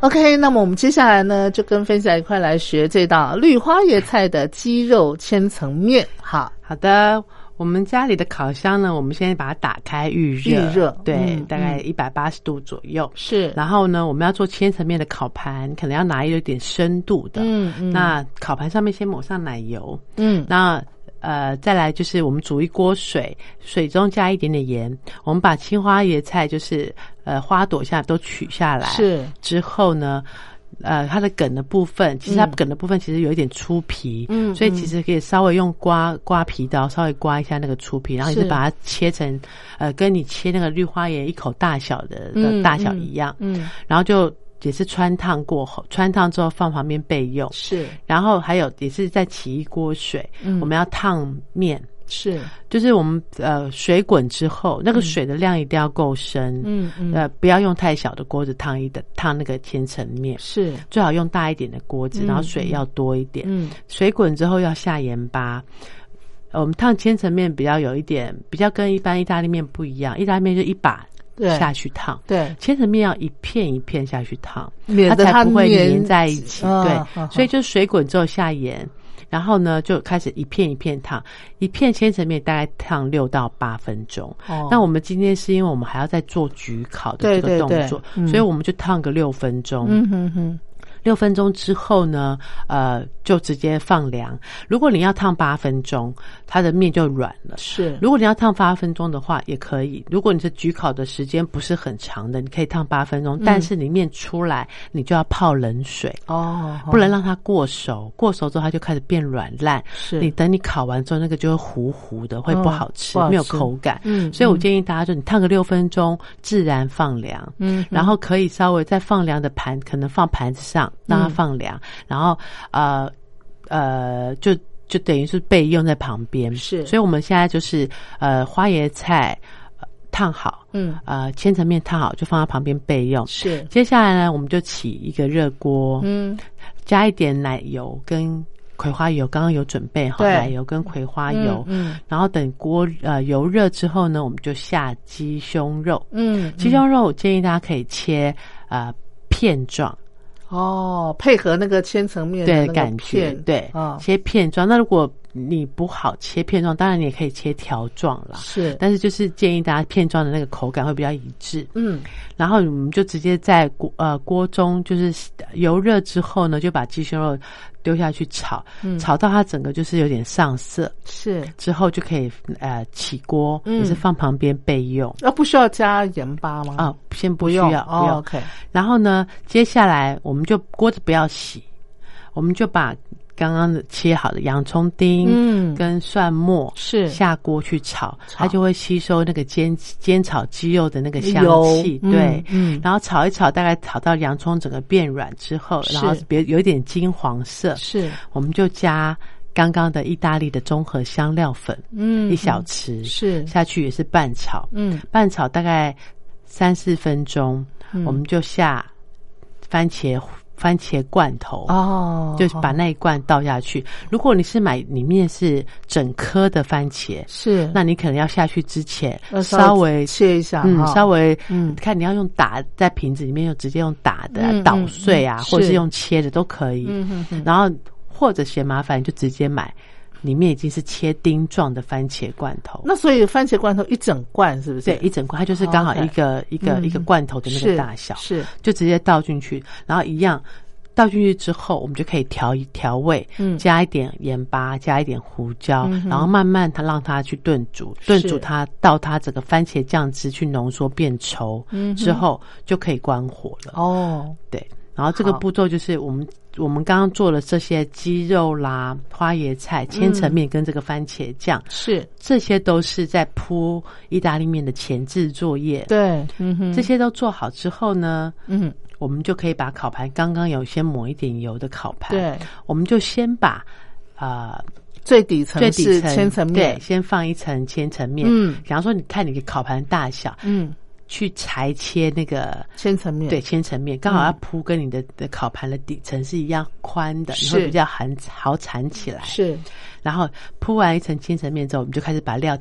[SPEAKER 5] OK，那么我们接下来呢，就跟分享一块来学这道绿花椰菜的鸡肉千层面。好，
[SPEAKER 6] 好的，我们家里的烤箱呢，我们先把它打开预热，
[SPEAKER 5] 预热
[SPEAKER 6] 对，
[SPEAKER 5] 嗯
[SPEAKER 6] 大概一百八十度左右。
[SPEAKER 5] 是，
[SPEAKER 6] 然后呢，我们要做千层面的烤盘，可能要拿有点深度的。
[SPEAKER 5] 嗯嗯
[SPEAKER 6] 那烤盘上面先抹上奶油，
[SPEAKER 5] 嗯，
[SPEAKER 6] 那呃，再来就是我们煮一锅水，水中加一点点盐，我们把青花椰菜就是呃花朵下都取下来，
[SPEAKER 5] 是
[SPEAKER 6] 之后呢。呃，它的梗的部分，其实它梗的部分其实有一点粗皮，
[SPEAKER 5] 嗯
[SPEAKER 6] 所以其实可以稍微用刮刮皮刀稍微刮一下那个粗皮，然后你
[SPEAKER 5] 是
[SPEAKER 6] 就把它切成，呃，跟你切那个绿花椰一口大小的、
[SPEAKER 5] 嗯
[SPEAKER 6] 呃大小
[SPEAKER 5] 嗯
[SPEAKER 6] 一样，
[SPEAKER 5] 嗯
[SPEAKER 6] 然后就也是穿烫过后，穿烫之后放旁边备用，
[SPEAKER 5] 是
[SPEAKER 6] 然后还有也是再起一锅水，
[SPEAKER 5] 嗯
[SPEAKER 6] 我们要烫面，
[SPEAKER 5] 是，
[SPEAKER 6] 就是我们呃水滚之后，那个水的量一定要够深，
[SPEAKER 5] 嗯嗯
[SPEAKER 6] 呃不要用太小的锅子烫一的烫那个千层面，
[SPEAKER 5] 是，
[SPEAKER 6] 最好用大一点的锅子，
[SPEAKER 5] 嗯
[SPEAKER 6] 然后水要多一点。
[SPEAKER 5] 嗯
[SPEAKER 6] 水滚之后要下盐巴。呃我们烫千层面比较有一点，比较跟一般意大利面不一样，意大利面就一把
[SPEAKER 5] 对
[SPEAKER 6] 下去烫，
[SPEAKER 5] 对，
[SPEAKER 6] 千层面要一片一片下去烫，
[SPEAKER 5] 免得
[SPEAKER 6] 才
[SPEAKER 5] 它
[SPEAKER 6] 不会
[SPEAKER 5] 粘
[SPEAKER 6] 粘在一起。
[SPEAKER 5] 啊
[SPEAKER 6] 对，
[SPEAKER 5] 啊
[SPEAKER 6] 所以就水滚之后下盐，然后呢就开始一片一片烫，一片千层面大概烫六到八分钟。
[SPEAKER 5] 哦
[SPEAKER 6] 那我们今天是因为我们还要再做焗烤的
[SPEAKER 5] 对
[SPEAKER 6] 这个
[SPEAKER 5] 对
[SPEAKER 6] 动
[SPEAKER 5] 对
[SPEAKER 6] 作，
[SPEAKER 5] 嗯
[SPEAKER 6] 所以我们就烫个六分钟。
[SPEAKER 5] 嗯哼哼，
[SPEAKER 6] 六分钟之后呢，呃，就直接放凉。如果你要烫八分钟，它的面就软了。
[SPEAKER 5] 是
[SPEAKER 6] 如果你要烫八分钟的话，也可以。如果你是焗烤的时间不是很长的，你可以烫八分钟，但是你面出来，你就要泡冷水，
[SPEAKER 5] 嗯哦，
[SPEAKER 6] 不能让它过熟。过熟之后，它就开始变软烂。
[SPEAKER 5] 是
[SPEAKER 6] 你等你烤完之后，那个就会糊糊的，会
[SPEAKER 5] 嗯
[SPEAKER 6] 不好吃，
[SPEAKER 5] 不好吃
[SPEAKER 6] 没有口感。
[SPEAKER 5] 嗯
[SPEAKER 6] 所以我建议大家，就你烫个六分钟，自然放凉。
[SPEAKER 5] 嗯
[SPEAKER 6] 然后可以稍微在放凉的盘，可能放盘子上让它放凉，
[SPEAKER 5] 嗯
[SPEAKER 6] 然后呃呃，就就等于是备用在旁边。
[SPEAKER 5] 是
[SPEAKER 6] 所以我们现在就是呃花椰菜呃烫好，
[SPEAKER 5] 嗯
[SPEAKER 6] 呃千层面烫好就放在旁边备用。
[SPEAKER 5] 是
[SPEAKER 6] 接下来呢，我们就起一个热锅，
[SPEAKER 5] 嗯
[SPEAKER 6] 加一点奶油跟葵花油，刚刚有准备好
[SPEAKER 5] 对
[SPEAKER 6] 奶油跟葵花油，
[SPEAKER 5] 嗯
[SPEAKER 6] 然后等锅呃油热之后呢，我们就下鸡胸肉，
[SPEAKER 5] 嗯
[SPEAKER 6] 鸡胸肉我建议大家可以切呃片状
[SPEAKER 5] 哦，配合那个千层面的
[SPEAKER 6] 对
[SPEAKER 5] 那个
[SPEAKER 6] 感觉，
[SPEAKER 5] 片
[SPEAKER 6] 对
[SPEAKER 5] 哦，
[SPEAKER 6] 切片状。那如果你不好切片状，当然你也可以切条状啦。
[SPEAKER 5] 是
[SPEAKER 6] 但是就是建议大家片状的那个口感会比较一致，
[SPEAKER 5] 嗯
[SPEAKER 6] 然后我们就直接在锅呃锅中就是油热之后呢，就把鸡胸肉丢下去炒，
[SPEAKER 5] 嗯
[SPEAKER 6] 炒到它整个就是有点上色
[SPEAKER 5] 是，
[SPEAKER 6] 之后就可以呃起锅，
[SPEAKER 5] 嗯
[SPEAKER 6] 也是放旁边备用
[SPEAKER 5] 那啊不需要加盐巴吗？
[SPEAKER 6] 啊、，先不
[SPEAKER 5] 不
[SPEAKER 6] 需
[SPEAKER 5] 用
[SPEAKER 6] 要，不
[SPEAKER 5] 哦
[SPEAKER 6] 用
[SPEAKER 5] OK，
[SPEAKER 6] 然后呢，接下来我们就锅子不要洗，我们就把刚刚的切好的洋葱丁，
[SPEAKER 5] 嗯
[SPEAKER 6] 跟蒜末
[SPEAKER 5] 是
[SPEAKER 6] 下锅去炒，
[SPEAKER 5] 炒
[SPEAKER 6] 它就会吸收那个煎煎炒鸡肉的那个香
[SPEAKER 5] 油
[SPEAKER 6] 气，
[SPEAKER 5] 嗯
[SPEAKER 6] 对，
[SPEAKER 5] 嗯
[SPEAKER 6] 然后炒一炒，大概炒到洋葱整个变软之后，
[SPEAKER 5] 是
[SPEAKER 6] 然后别有点金黄色，
[SPEAKER 5] 是
[SPEAKER 6] 我们就加刚刚的意大利的综合香料粉，
[SPEAKER 5] 嗯
[SPEAKER 6] 一小匙，
[SPEAKER 5] 是
[SPEAKER 6] 下去也是拌炒，
[SPEAKER 5] 嗯
[SPEAKER 6] 拌炒大概三四分钟，
[SPEAKER 5] 嗯
[SPEAKER 6] 我们就下番茄番茄罐头。
[SPEAKER 5] 哦，
[SPEAKER 6] 就是把那一罐倒下去。如果你是买里面是整颗的番茄，
[SPEAKER 5] 是
[SPEAKER 6] 那你可能要下去之前
[SPEAKER 5] 要
[SPEAKER 6] 稍微
[SPEAKER 5] 切一下，
[SPEAKER 6] 嗯，
[SPEAKER 5] 哈
[SPEAKER 6] 稍微
[SPEAKER 5] 嗯
[SPEAKER 6] 看你要用打在瓶子里面，用直接用打的啊、
[SPEAKER 5] 嗯嗯
[SPEAKER 6] 捣碎啊，
[SPEAKER 5] 嗯
[SPEAKER 6] 或者
[SPEAKER 5] 是
[SPEAKER 6] 是用切的都可以。
[SPEAKER 5] 嗯哼哼
[SPEAKER 6] 然后或者嫌麻烦，你就直接买里面已经是切丁状的番茄罐头。
[SPEAKER 5] 那所以番茄罐头一整罐是不是？
[SPEAKER 6] 对，一整罐，它就是刚好
[SPEAKER 5] OK
[SPEAKER 6] 一个一个
[SPEAKER 5] 嗯
[SPEAKER 6] 一个罐头的那
[SPEAKER 5] 是
[SPEAKER 6] 个大小，
[SPEAKER 5] 是
[SPEAKER 6] 就直接倒进去，然后一样倒进去之后，我们就可以调一调味，
[SPEAKER 5] 嗯
[SPEAKER 6] 加一点盐巴，加一点胡椒，
[SPEAKER 5] 嗯哼
[SPEAKER 6] 然后慢慢它让它去炖煮，
[SPEAKER 5] 是
[SPEAKER 6] 炖煮它到它整个番茄酱汁去浓缩变稠、
[SPEAKER 5] 嗯哼
[SPEAKER 6] 之后，就可以关火了。
[SPEAKER 5] 哦，
[SPEAKER 6] 对，然后这个
[SPEAKER 5] 好
[SPEAKER 6] 步骤就是我们。我们刚刚做了这些鸡肉啦、花椰菜、千
[SPEAKER 5] 嗯
[SPEAKER 6] 层面跟这个番茄酱，
[SPEAKER 5] 是
[SPEAKER 6] 这些都是在铺意大利面的前置作业。
[SPEAKER 5] 对，嗯哼，
[SPEAKER 6] 这些都做好之后呢，
[SPEAKER 5] 嗯
[SPEAKER 6] 我们就可以把烤盘，刚刚有先抹一点油的烤盘，
[SPEAKER 5] 对，
[SPEAKER 6] 我们就先把呃
[SPEAKER 5] 最底层
[SPEAKER 6] 最底
[SPEAKER 5] 是
[SPEAKER 6] 层
[SPEAKER 5] 千层面
[SPEAKER 6] 对，，先放一层千层面。
[SPEAKER 5] 嗯
[SPEAKER 6] 比方说你看你的烤盘大小，
[SPEAKER 5] 嗯，
[SPEAKER 6] 去裁切那个。
[SPEAKER 5] 千层面嗯
[SPEAKER 6] 对，千层面刚好要铺跟你的的烤盘的底层是一样宽的，你
[SPEAKER 5] 是
[SPEAKER 6] 会比较含好缠起来。
[SPEAKER 5] 是
[SPEAKER 6] 然后铺完一层千层面之后，我们就开始把料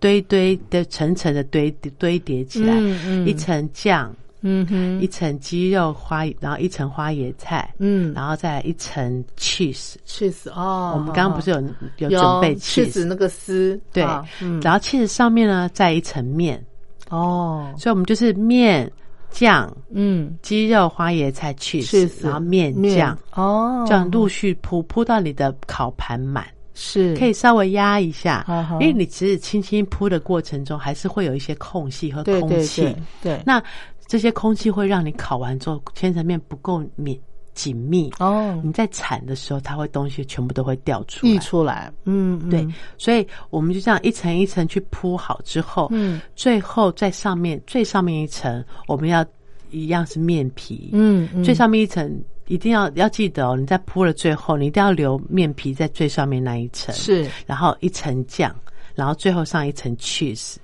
[SPEAKER 6] 堆堆的层层的堆堆叠起来，
[SPEAKER 5] 嗯嗯
[SPEAKER 6] 一层酱，
[SPEAKER 5] 嗯哼，
[SPEAKER 6] 一层鸡肉花，然后一层花椰菜，
[SPEAKER 5] 嗯
[SPEAKER 6] 然后再来一层 cheese。
[SPEAKER 5] ，cheese 哦，
[SPEAKER 6] 我们刚刚不是有有准备 cheese，
[SPEAKER 5] cheese 那个丝，
[SPEAKER 6] 对
[SPEAKER 5] 啊，嗯，
[SPEAKER 6] 然后 cheese 上面呢再一层面，
[SPEAKER 5] 哦，
[SPEAKER 6] 所以我们就是面酱、
[SPEAKER 5] 嗯，
[SPEAKER 6] 鸡肉、花椰菜、cheese，
[SPEAKER 5] cheese，
[SPEAKER 6] 然后面酱，
[SPEAKER 5] 哦，
[SPEAKER 6] 这样陆续铺铺到你的烤盘满。
[SPEAKER 5] 是
[SPEAKER 6] 可以稍微压一下
[SPEAKER 5] 好好，
[SPEAKER 6] 因为你只是轻轻铺的过程中，还是会有一些空隙和
[SPEAKER 5] 对
[SPEAKER 6] 空
[SPEAKER 5] 对
[SPEAKER 6] 气
[SPEAKER 5] 对。对，
[SPEAKER 6] 那这些空气会让你烤完之后千层面不够密紧密，
[SPEAKER 5] 哦，
[SPEAKER 6] 你在铲的时候，它会东西全部都会掉出
[SPEAKER 5] 溢
[SPEAKER 6] 来。
[SPEAKER 5] 出来，嗯，嗯
[SPEAKER 6] 对，，所以我们就这样一层一层去铺好之后，
[SPEAKER 5] 嗯
[SPEAKER 6] 最后在上面最上面一层，我们要一样是面皮，
[SPEAKER 5] 嗯嗯，
[SPEAKER 6] 最上面一层一定要要记得哦，你在铺了最后，你一定要留面皮在最上面那一层，
[SPEAKER 5] 是
[SPEAKER 6] 然后一层酱，然后最后上一层 cheese，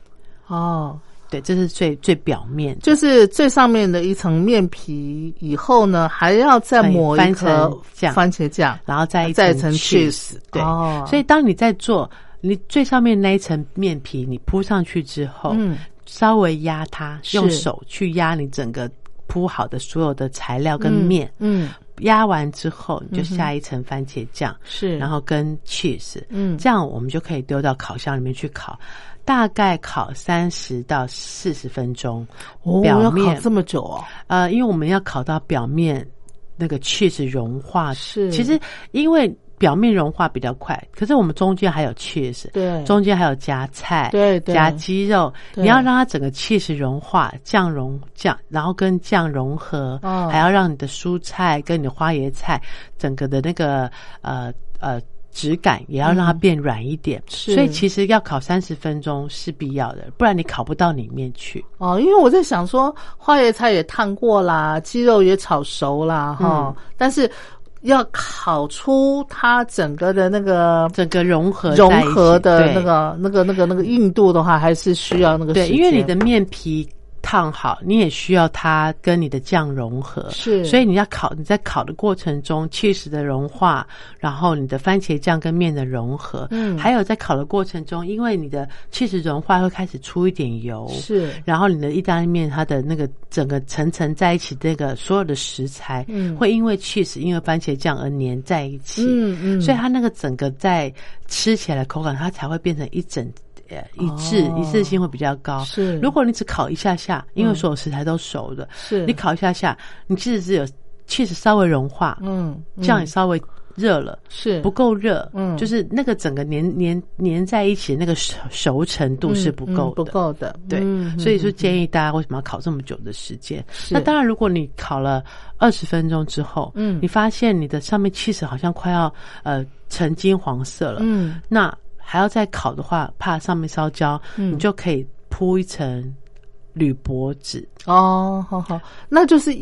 [SPEAKER 5] 哦，
[SPEAKER 6] 对，这是最最表面的。
[SPEAKER 5] 就是最上面的一层面皮以后呢，还要再抹一
[SPEAKER 6] 哎番
[SPEAKER 5] 颗
[SPEAKER 6] 番茄酱嗯
[SPEAKER 5] 番茄酱，
[SPEAKER 6] 然后再一
[SPEAKER 5] 再一层
[SPEAKER 6] 层 cheese，
[SPEAKER 5] cheese，
[SPEAKER 6] 对，
[SPEAKER 5] 哦
[SPEAKER 6] 所以当你在做你最上面那一层面皮，你铺上去之后，
[SPEAKER 5] 嗯，
[SPEAKER 6] 稍微压它，
[SPEAKER 5] 是
[SPEAKER 6] 用手去压你整个铺好的所有的材料跟面，
[SPEAKER 5] 嗯，嗯
[SPEAKER 6] 压完之后你就下一层番茄酱，
[SPEAKER 5] 是，
[SPEAKER 6] 然后跟 cheese，
[SPEAKER 5] 嗯
[SPEAKER 6] 这样我们就可以丢到烤箱里面去烤，大概烤三十到四十分钟，
[SPEAKER 5] 哦，
[SPEAKER 6] 表
[SPEAKER 5] 要
[SPEAKER 6] 面
[SPEAKER 5] 烤这么久哦，
[SPEAKER 6] 呃，因为我们要烤到表面那个 cheese 融化，
[SPEAKER 5] 是
[SPEAKER 6] 其实因为表面融化比较快，可是我们中间还有 cheese，
[SPEAKER 5] 对
[SPEAKER 6] 中间还有夹菜，
[SPEAKER 5] 对对
[SPEAKER 6] 夹鸡肉，
[SPEAKER 5] 对
[SPEAKER 6] 你要让它整个 cheese 融化，酱融酱，然后跟酱融合，
[SPEAKER 5] 哦
[SPEAKER 6] 还要让你的蔬菜跟你的花椰菜整个的那个呃呃。质感也要让它变软一点，
[SPEAKER 5] 嗯是
[SPEAKER 6] 所以其实要烤三十分钟是必要的，不然你烤不到里面去。
[SPEAKER 5] 哦，因为我在想说，花椰菜也烫过啦，鸡肉也炒熟啦，哈、
[SPEAKER 6] 嗯
[SPEAKER 5] 但是要烤出它整个的那个
[SPEAKER 6] 整个融合
[SPEAKER 5] 融
[SPEAKER 6] 在一起
[SPEAKER 5] 合的
[SPEAKER 6] 对
[SPEAKER 5] 那个、那个、那个、那个硬度的话，还是需要那个
[SPEAKER 6] 对，
[SPEAKER 5] 时
[SPEAKER 6] 因为
[SPEAKER 5] 间
[SPEAKER 6] 你的面皮烫好，你也需要它跟你的酱融合，
[SPEAKER 5] 是
[SPEAKER 6] 所以你要烤，你在烤的过程中，cheese 的融化，然后你的番茄酱跟面的融合，
[SPEAKER 5] 嗯
[SPEAKER 6] 还有在烤的过程中，因为你的 cheese 融化会开始出一点油，
[SPEAKER 5] 是
[SPEAKER 6] 然后你的意大利面它的那个整个层层在一起，那个所有的食材，
[SPEAKER 5] 嗯
[SPEAKER 6] 会因为 cheese 因为番茄酱而粘在一起，
[SPEAKER 5] 嗯嗯
[SPEAKER 6] 所以它那个整个在吃起来的口感，它才会变成一整。呃，一致、
[SPEAKER 5] 哦
[SPEAKER 6] 一致性会比较高。
[SPEAKER 5] 是
[SPEAKER 6] 如果你只烤一下下，因为所有食材都熟的，
[SPEAKER 5] 是
[SPEAKER 6] 你烤一下下，你即使只有 cheese 稍微融化，
[SPEAKER 5] 嗯
[SPEAKER 6] 酱也稍微热了，
[SPEAKER 5] 是
[SPEAKER 6] 不够热，
[SPEAKER 5] 嗯
[SPEAKER 6] 就是那个整个粘粘粘在一起那个熟熟程度是不
[SPEAKER 5] 嗯
[SPEAKER 6] 够
[SPEAKER 5] 嗯不
[SPEAKER 6] 的。
[SPEAKER 5] 够的，
[SPEAKER 6] 对，
[SPEAKER 5] 嗯
[SPEAKER 6] 所以说建议大家为什么要烤这么久的时间？
[SPEAKER 5] 是
[SPEAKER 6] 那当然，如果你烤了二十分钟之后，
[SPEAKER 5] 嗯
[SPEAKER 6] 你发现你的上面 cheese 好像快要呃呈金黄色了，
[SPEAKER 5] 嗯
[SPEAKER 6] 那还要再烤的话，怕上面烧焦，
[SPEAKER 5] 嗯
[SPEAKER 6] 你就可以铺一层铝箔纸，
[SPEAKER 5] 哦，好好，那就是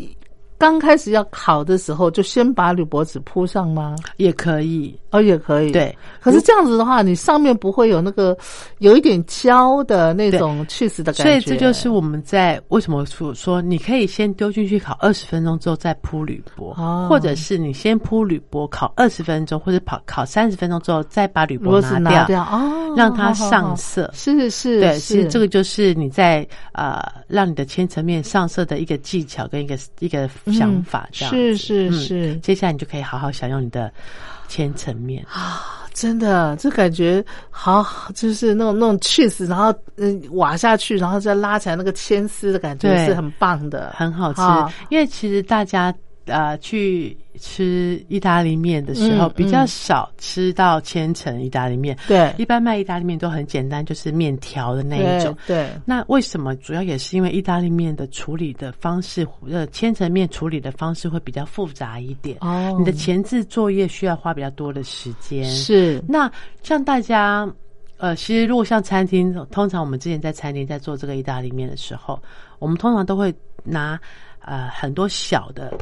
[SPEAKER 5] 刚开始要烤的时候，就先把铝箔纸铺上吗？
[SPEAKER 6] 也可以。
[SPEAKER 5] 哦，也可以，
[SPEAKER 6] 对，
[SPEAKER 5] 可是这样子的话，你上面不会有那个有一点焦的那种 cheese 的感觉，
[SPEAKER 6] 所以这就是我们在为什么说说你可以先丢进去烤二十分钟之后再铺铝箔，
[SPEAKER 5] 哦
[SPEAKER 6] 或者是你先铺铝箔烤二十分钟，或者烤烤三十分钟之后再把铝
[SPEAKER 5] 如果
[SPEAKER 6] 箔
[SPEAKER 5] 是
[SPEAKER 6] 拿
[SPEAKER 5] 拿掉哦，
[SPEAKER 6] 让
[SPEAKER 5] 好
[SPEAKER 6] 它
[SPEAKER 5] 好
[SPEAKER 6] 上
[SPEAKER 5] 好
[SPEAKER 6] 色。
[SPEAKER 5] 是是，
[SPEAKER 6] 对，
[SPEAKER 5] 是
[SPEAKER 6] 其实这个就是你在呃让你的千层面上色的一个技巧跟一个一个想法，这样子、
[SPEAKER 5] 嗯是是
[SPEAKER 6] 嗯
[SPEAKER 5] 是
[SPEAKER 6] 接下来你就可以好好享用你的千层面。
[SPEAKER 5] 真的，这感觉好，就是那种那种 cheese，然后嗯瓦下去，然后再拉起来那个牵丝的感觉
[SPEAKER 6] 对
[SPEAKER 5] 是很棒的，
[SPEAKER 6] 很好吃，
[SPEAKER 5] 啊
[SPEAKER 6] 因为其实大家呃去吃意大利面的时候，
[SPEAKER 5] 嗯
[SPEAKER 6] 比较少吃到千层意大利面。
[SPEAKER 5] 对
[SPEAKER 6] 一般卖意大利面都很简单，就是面条的那一
[SPEAKER 5] 对
[SPEAKER 6] 种。
[SPEAKER 5] 对，
[SPEAKER 6] 那为什么？主要也是因为意大利面的处理的方式，呃，千层面处理的方式会比较复杂一点。
[SPEAKER 5] 哦
[SPEAKER 6] 你的前置作业需要花比较多的时间。
[SPEAKER 5] 是
[SPEAKER 6] 那像大家，呃，其实如果像餐厅，通常我们之前在餐厅在做这个意大利面的时候，我们通常都会拿呃很多小的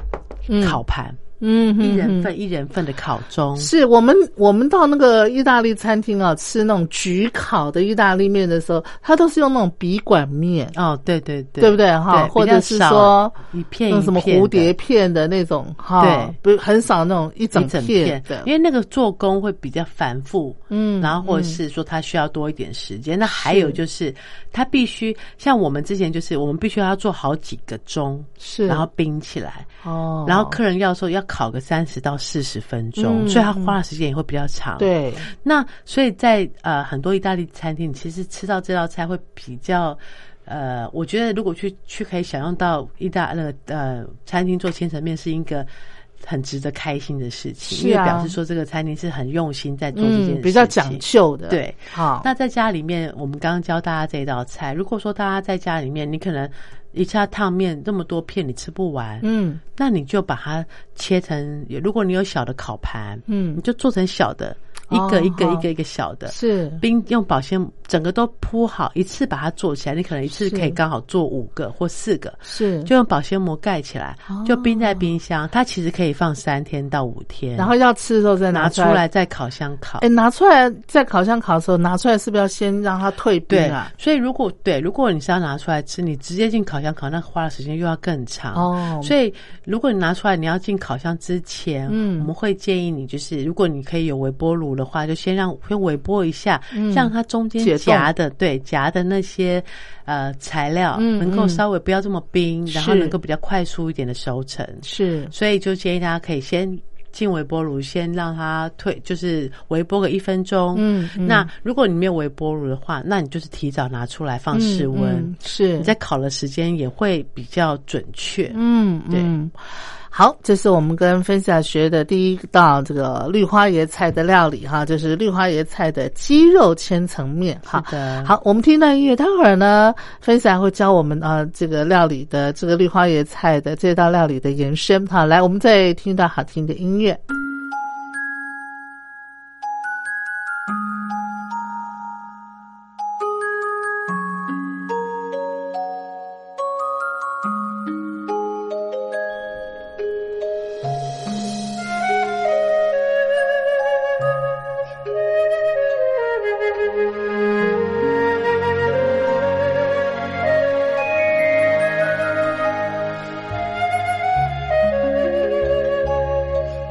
[SPEAKER 5] 嗯
[SPEAKER 6] 烤盘，
[SPEAKER 5] 嗯哼
[SPEAKER 6] 一人
[SPEAKER 5] 哼
[SPEAKER 6] 份一人份的烤钟，
[SPEAKER 5] 是我们我们到那个意大利餐厅啊，吃那种焗烤的意大利面的时候，它都是用那种笔管面，
[SPEAKER 6] 哦，对对对，
[SPEAKER 5] 对不对哈或
[SPEAKER 6] 比较
[SPEAKER 5] 者是
[SPEAKER 6] 少
[SPEAKER 5] 说
[SPEAKER 6] 一片
[SPEAKER 5] 那
[SPEAKER 6] 一
[SPEAKER 5] 种
[SPEAKER 6] 片
[SPEAKER 5] 什么蝴
[SPEAKER 6] 的
[SPEAKER 5] 蝶片的那种哈，
[SPEAKER 6] 对
[SPEAKER 5] 不是很少那种一
[SPEAKER 6] 一
[SPEAKER 5] 整
[SPEAKER 6] 整
[SPEAKER 5] 片的，
[SPEAKER 6] 因为那个做工会比较繁复，
[SPEAKER 5] 嗯
[SPEAKER 6] 然后或者是说它需要多一点时间。那还有就是，它必须像我们之前就是，我们必须要做好几个钟，
[SPEAKER 5] 是
[SPEAKER 6] 然后冰起来，
[SPEAKER 5] 哦，
[SPEAKER 6] 然后客人要说要烤个三十到四十分钟，
[SPEAKER 5] 嗯
[SPEAKER 6] 所以他花的时间也会比较长。，
[SPEAKER 5] 对
[SPEAKER 6] 那所以在呃很多意大利餐厅，其实吃到这道菜会比较。呃，我觉得如果去去可以享用到意大那个呃餐厅做千层面是一个很值得开心的事情，
[SPEAKER 5] 是
[SPEAKER 6] 因为
[SPEAKER 5] 啊
[SPEAKER 6] 表示说这个餐厅是很用心在做这件事
[SPEAKER 5] 嗯
[SPEAKER 6] 情，
[SPEAKER 5] 比较讲究的，
[SPEAKER 6] 对，
[SPEAKER 5] 好，
[SPEAKER 6] 那在家里面，我们刚刚教大家这道菜。如果说大家在家里面，你可能一下烫面那么多片你吃不完，
[SPEAKER 5] 嗯
[SPEAKER 6] 那你就把它切成，如果你有小的烤盘，你
[SPEAKER 5] 嗯
[SPEAKER 6] 就做成小的，
[SPEAKER 5] 哦
[SPEAKER 6] 一个一个
[SPEAKER 5] 好
[SPEAKER 6] 一个一个小的。
[SPEAKER 5] 是
[SPEAKER 6] 冰用保鲜整个都铺好，一次把它做起来。你可能一次
[SPEAKER 5] 是
[SPEAKER 6] 可以刚好做五个或四个，
[SPEAKER 5] 是，哦
[SPEAKER 6] 就用保鲜膜盖起来，就冰在冰箱。它其实可以放三天到五天，
[SPEAKER 5] 然后要吃的时候再
[SPEAKER 6] 拿出
[SPEAKER 5] 出来
[SPEAKER 6] 来。在烤箱烤。
[SPEAKER 5] 哎，拿出来在烤箱烤的时候，拿出来是不是要先让它退冰
[SPEAKER 6] 对
[SPEAKER 5] 啊？，
[SPEAKER 6] 所以如果对，如果你是要拿出来吃，你直接进烤箱烤，那花的时间又要更长。
[SPEAKER 5] 哦
[SPEAKER 6] 所以如果你拿出来，你要进烤箱之前，
[SPEAKER 5] 嗯
[SPEAKER 6] 我们会建议你，就是如果你可以有微波炉的话，就先让先微波一下，
[SPEAKER 5] 嗯
[SPEAKER 6] 让它中
[SPEAKER 5] 解
[SPEAKER 6] 间
[SPEAKER 5] 冻
[SPEAKER 6] 夹的对夹的那些呃材料、
[SPEAKER 5] 嗯
[SPEAKER 6] 能够
[SPEAKER 5] 嗯
[SPEAKER 6] 稍微不要这么冰，然后
[SPEAKER 5] 是
[SPEAKER 6] 能够比较快速一点的熟成。
[SPEAKER 5] 是
[SPEAKER 6] 所以就建议大家可以先进微波炉，先让它退，就是微波个一分钟。
[SPEAKER 5] 嗯嗯
[SPEAKER 6] 那如果你没有微波炉的话，那你就是提早拿出来放
[SPEAKER 5] 嗯
[SPEAKER 6] 室温，
[SPEAKER 5] 嗯是
[SPEAKER 6] 你在烤的时间也会比较准确。
[SPEAKER 5] 嗯，
[SPEAKER 6] 对
[SPEAKER 5] 嗯，好，这是我们跟分享学的第一道这个绿花椰菜的料理哈，就是绿花椰菜的鸡肉千层面哈。
[SPEAKER 6] 是的
[SPEAKER 5] 好，我们听到音乐，待会儿呢，分享会教我们呃这个料理的这个绿花椰菜的这道料理的延伸哈。来，我们再听到好听的音乐。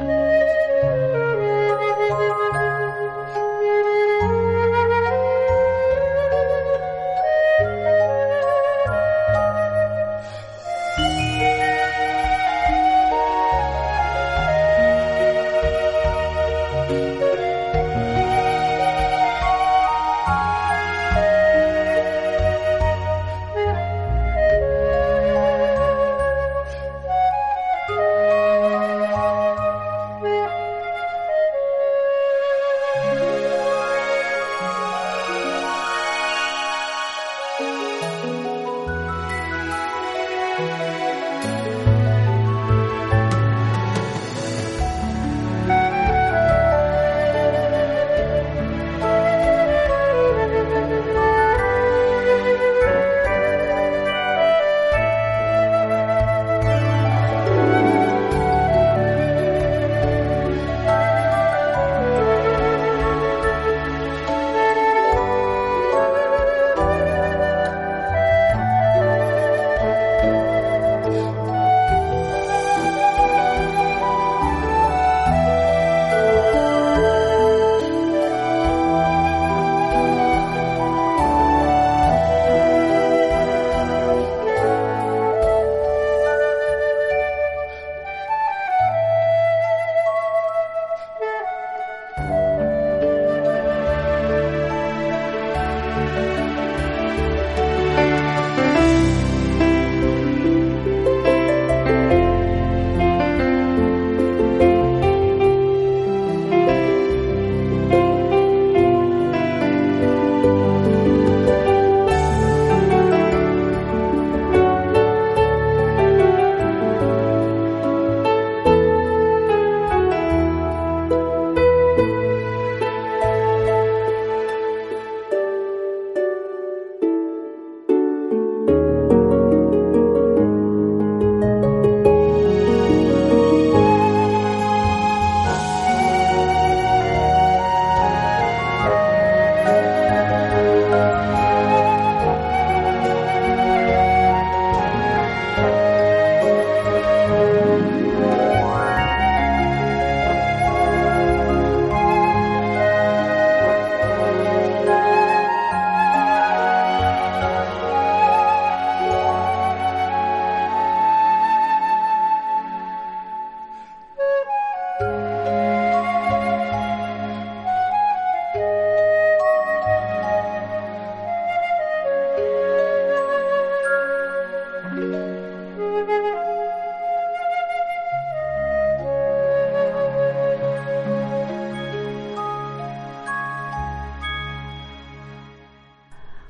[SPEAKER 7] thank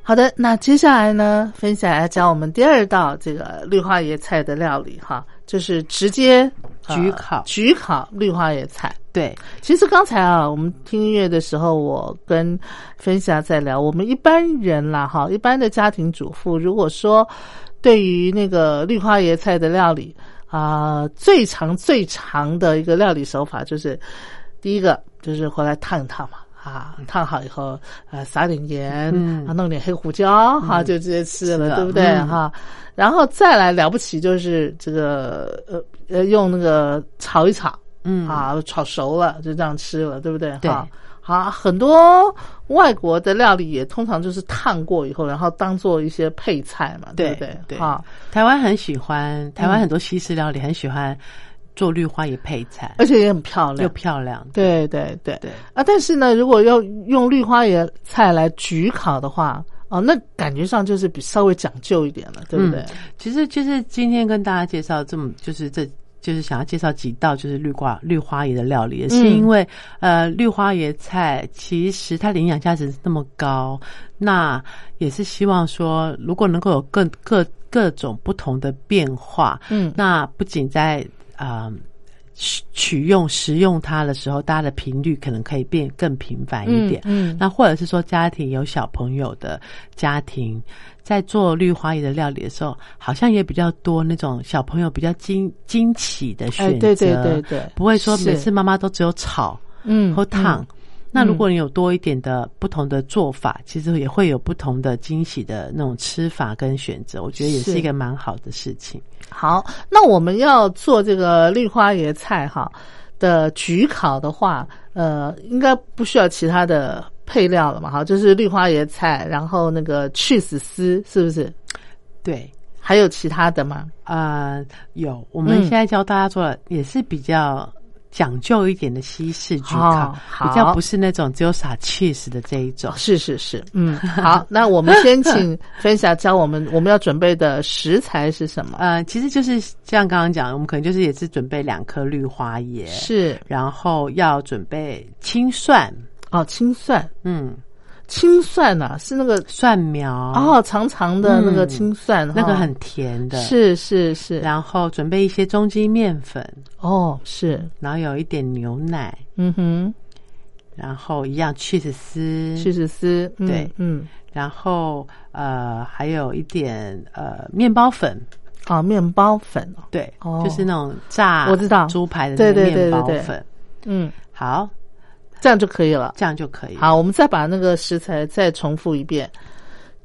[SPEAKER 5] 好的，那接下来呢，分享来讲我们第二道这个绿花椰菜的料理哈，就是直接呃
[SPEAKER 6] 焗烤
[SPEAKER 5] 焗烤绿花椰菜。
[SPEAKER 6] 对，
[SPEAKER 5] 其实刚才啊，我们听音乐的时候，我跟芬霞在聊，我们一般人啦，哈，一般的家庭主妇，如果说对于那个绿花椰菜的料理啊、最长最长的一个料理手法就是，第一个就是回来烫一烫嘛。啊，烫好以后，呃，撒点盐，
[SPEAKER 6] 嗯
[SPEAKER 5] 啊，弄点黑胡椒，哈、就直接吃了，
[SPEAKER 6] 是的
[SPEAKER 5] 对不对？
[SPEAKER 6] 嗯
[SPEAKER 5] 哈、然后再来了不起就是这个，呃呃，用那个炒一炒，
[SPEAKER 6] 嗯，
[SPEAKER 5] 啊，炒熟了就这样吃了，对不对？
[SPEAKER 6] 对
[SPEAKER 5] 哈好，很多外国的料理也通常就是烫过以后，然后当做一些配菜嘛，
[SPEAKER 6] 对
[SPEAKER 5] 不对？
[SPEAKER 6] 对
[SPEAKER 5] 啊，
[SPEAKER 6] 台湾很喜欢，台湾很多西式料理很喜欢做绿花椰配菜，
[SPEAKER 5] 而且也很漂
[SPEAKER 6] 又
[SPEAKER 5] 亮。
[SPEAKER 6] 漂亮。
[SPEAKER 5] 对对对
[SPEAKER 6] 对，
[SPEAKER 5] 啊！但是呢，如果要用绿花椰菜来焗烤的话，哦，那感觉上就是比稍微讲究一点了，对不对？
[SPEAKER 6] 其实就是今天跟大家介绍这么，就是这就是想要介绍几道就是绿瓜绿花椰的料理，是因为呃绿花椰菜其实它的营养价值那么高，那也是希望说如果能够有更各各种不同的变化，
[SPEAKER 5] 嗯
[SPEAKER 6] 那不仅在啊。呃取取用食用它的时候，大家的频率可能可以变更频繁一点。
[SPEAKER 5] 嗯，
[SPEAKER 6] 那或者是说家庭有小朋友的家庭，在做绿花椰的料理的时候，好像也比较多那种小朋友比较惊惊奇的选
[SPEAKER 5] 哎
[SPEAKER 6] 择，，
[SPEAKER 5] 对对对对，
[SPEAKER 6] 不会说每
[SPEAKER 5] 是
[SPEAKER 6] 次妈妈都只有炒
[SPEAKER 5] 嗯
[SPEAKER 6] 或烫。那
[SPEAKER 5] 嗯
[SPEAKER 6] 如果你有多一点的不同的做法，其实也会有不同的惊喜的那种吃法跟选择，我觉得也
[SPEAKER 5] 是
[SPEAKER 6] 是一个蛮好的事情。
[SPEAKER 5] 好，那我们要做这个绿花椰菜哈的焗烤的话，呃，应该不需要其他的配料了嘛？哈，就是绿花椰菜，然后那个 cheese 丝是不是？
[SPEAKER 6] 对，
[SPEAKER 5] 还有其他的吗？
[SPEAKER 6] 啊，有我们
[SPEAKER 5] 嗯
[SPEAKER 6] 现在教大家做的也是比较讲究一点的西式焗
[SPEAKER 5] 哦
[SPEAKER 6] 烤，
[SPEAKER 5] 好
[SPEAKER 6] 比较不是那种只有撒 cheese 的这一种
[SPEAKER 5] 哦，。是是是，嗯，好，那我们先请 <laughs> 分享教我们我们要准备的食材是什么？
[SPEAKER 6] 呃，其实就是像刚刚讲，我们可能就是也是准备两颗绿花椰，
[SPEAKER 5] 是
[SPEAKER 6] 然后要准备青蒜，
[SPEAKER 5] 哦，青蒜，
[SPEAKER 6] 嗯，
[SPEAKER 5] 青蒜呐、是那个
[SPEAKER 6] 蒜苗，
[SPEAKER 5] 哦长长的那个
[SPEAKER 6] 嗯
[SPEAKER 5] 青蒜，
[SPEAKER 6] 那
[SPEAKER 5] 哈
[SPEAKER 6] 个很甜的，，
[SPEAKER 5] 是是是，
[SPEAKER 6] 然后准备一些中筋面粉，
[SPEAKER 5] 哦是，
[SPEAKER 6] 然后有一点牛奶，
[SPEAKER 5] 嗯哼。
[SPEAKER 6] 然后一样 cheese 丝，
[SPEAKER 5] 去十丝，嗯
[SPEAKER 6] 对
[SPEAKER 5] 嗯，
[SPEAKER 6] 然后呃，还有一点呃面包粉，
[SPEAKER 5] 啊，面包粉哦，
[SPEAKER 6] 对，
[SPEAKER 5] 哦
[SPEAKER 6] 就是那种炸
[SPEAKER 5] 我知道
[SPEAKER 6] 猪排的那个
[SPEAKER 5] 对对对
[SPEAKER 6] 面包粉。
[SPEAKER 5] 对对嗯，
[SPEAKER 6] 好，
[SPEAKER 5] 这样就可以了。
[SPEAKER 6] 这样就可以。，
[SPEAKER 5] 好，我们再把那个食材再重复一遍，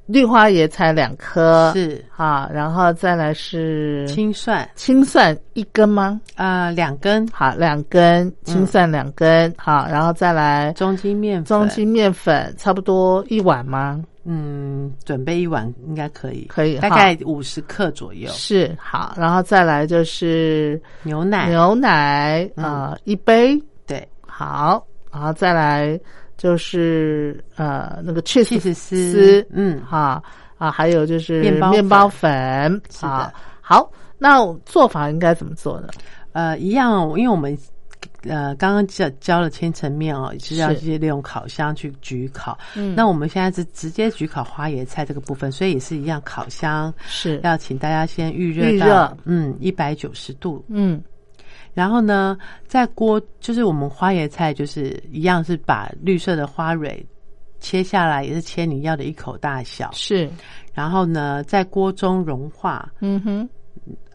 [SPEAKER 5] 绿花椰菜两颗，
[SPEAKER 6] 是
[SPEAKER 5] 啊，然后再来是
[SPEAKER 6] 青蒜，
[SPEAKER 5] 青蒜一根吗？
[SPEAKER 6] 呃，两根
[SPEAKER 5] 好，两根青蒜两根，好，然后再来
[SPEAKER 6] 嗯中筋面粉，
[SPEAKER 5] 中筋面粉，差不多一碗吗？
[SPEAKER 6] 嗯，准备一碗应该可以，
[SPEAKER 5] 可以
[SPEAKER 6] 大
[SPEAKER 5] 哈
[SPEAKER 6] 概五十克左右。
[SPEAKER 5] 是，好，然后再来就是
[SPEAKER 6] 牛奶，
[SPEAKER 5] 牛奶啊、呃一杯，
[SPEAKER 6] 哎嗯对，
[SPEAKER 5] 好，然后再来就是呃那个 cheese
[SPEAKER 6] 气丝丝
[SPEAKER 5] 丝，，
[SPEAKER 6] 嗯，
[SPEAKER 5] 啊啊，还有就是
[SPEAKER 6] 面包粉
[SPEAKER 5] 面包粉，
[SPEAKER 6] 是的
[SPEAKER 5] 啊，好，那做法应该怎么做呢？
[SPEAKER 6] 呃，一样哦，因为我们。呃，刚刚教教了千层面哦，就是要
[SPEAKER 5] 是
[SPEAKER 6] 去利用烤箱去焗烤。
[SPEAKER 5] 嗯
[SPEAKER 6] 那我们现在是直接焗烤花椰菜这个部分，所以也是一样，烤箱
[SPEAKER 5] 是，
[SPEAKER 6] 要请大家先预热
[SPEAKER 5] 预
[SPEAKER 6] 到
[SPEAKER 5] 热
[SPEAKER 6] 嗯一百九十度
[SPEAKER 5] 嗯
[SPEAKER 6] 然后呢，在锅就是我们花椰菜，就是一样是把绿色的花蕊切下来，也是切你要的一口大小。
[SPEAKER 5] 是，
[SPEAKER 6] 然后呢，在锅中融化。
[SPEAKER 5] 嗯哼，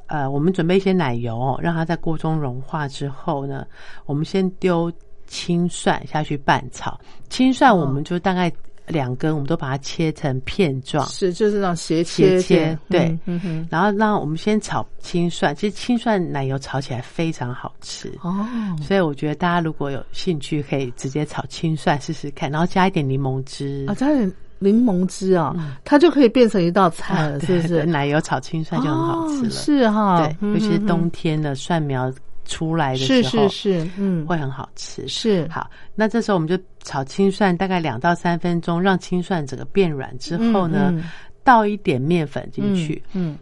[SPEAKER 6] 呃，我们准备一些奶油、哦，让它在锅中融化之后呢，我们先丢青蒜下去拌炒。青蒜我们就大概两根，我们都把它切成片状。
[SPEAKER 5] 是就是那种斜
[SPEAKER 6] 斜切
[SPEAKER 5] 切，
[SPEAKER 6] 对
[SPEAKER 5] 嗯哼，
[SPEAKER 6] 然后让我们先炒青蒜，其实青蒜奶油炒起来非常好吃。
[SPEAKER 5] 哦，
[SPEAKER 6] 所以我觉得大家如果有兴趣，可以直接炒青蒜试试看，然后加一点柠檬汁
[SPEAKER 5] 啊，，加点柠檬汁啊，它就可以变成一道菜了，是不
[SPEAKER 6] 嗯啊对
[SPEAKER 5] 是？
[SPEAKER 6] 奶油炒青蒜就很好吃了。
[SPEAKER 5] 哦是哈，
[SPEAKER 6] 对，
[SPEAKER 5] 嗯
[SPEAKER 6] 尤其是
[SPEAKER 5] 哼
[SPEAKER 6] 冬天的蒜苗出来的
[SPEAKER 5] 是
[SPEAKER 6] 时候，
[SPEAKER 5] 是是，嗯，
[SPEAKER 6] 会很好吃。
[SPEAKER 5] 是
[SPEAKER 6] 好，那这时候我们就炒青蒜，大概两到三分钟，让青蒜整个变软之后呢，
[SPEAKER 5] 嗯嗯
[SPEAKER 6] 倒一点面粉进去，
[SPEAKER 5] 嗯，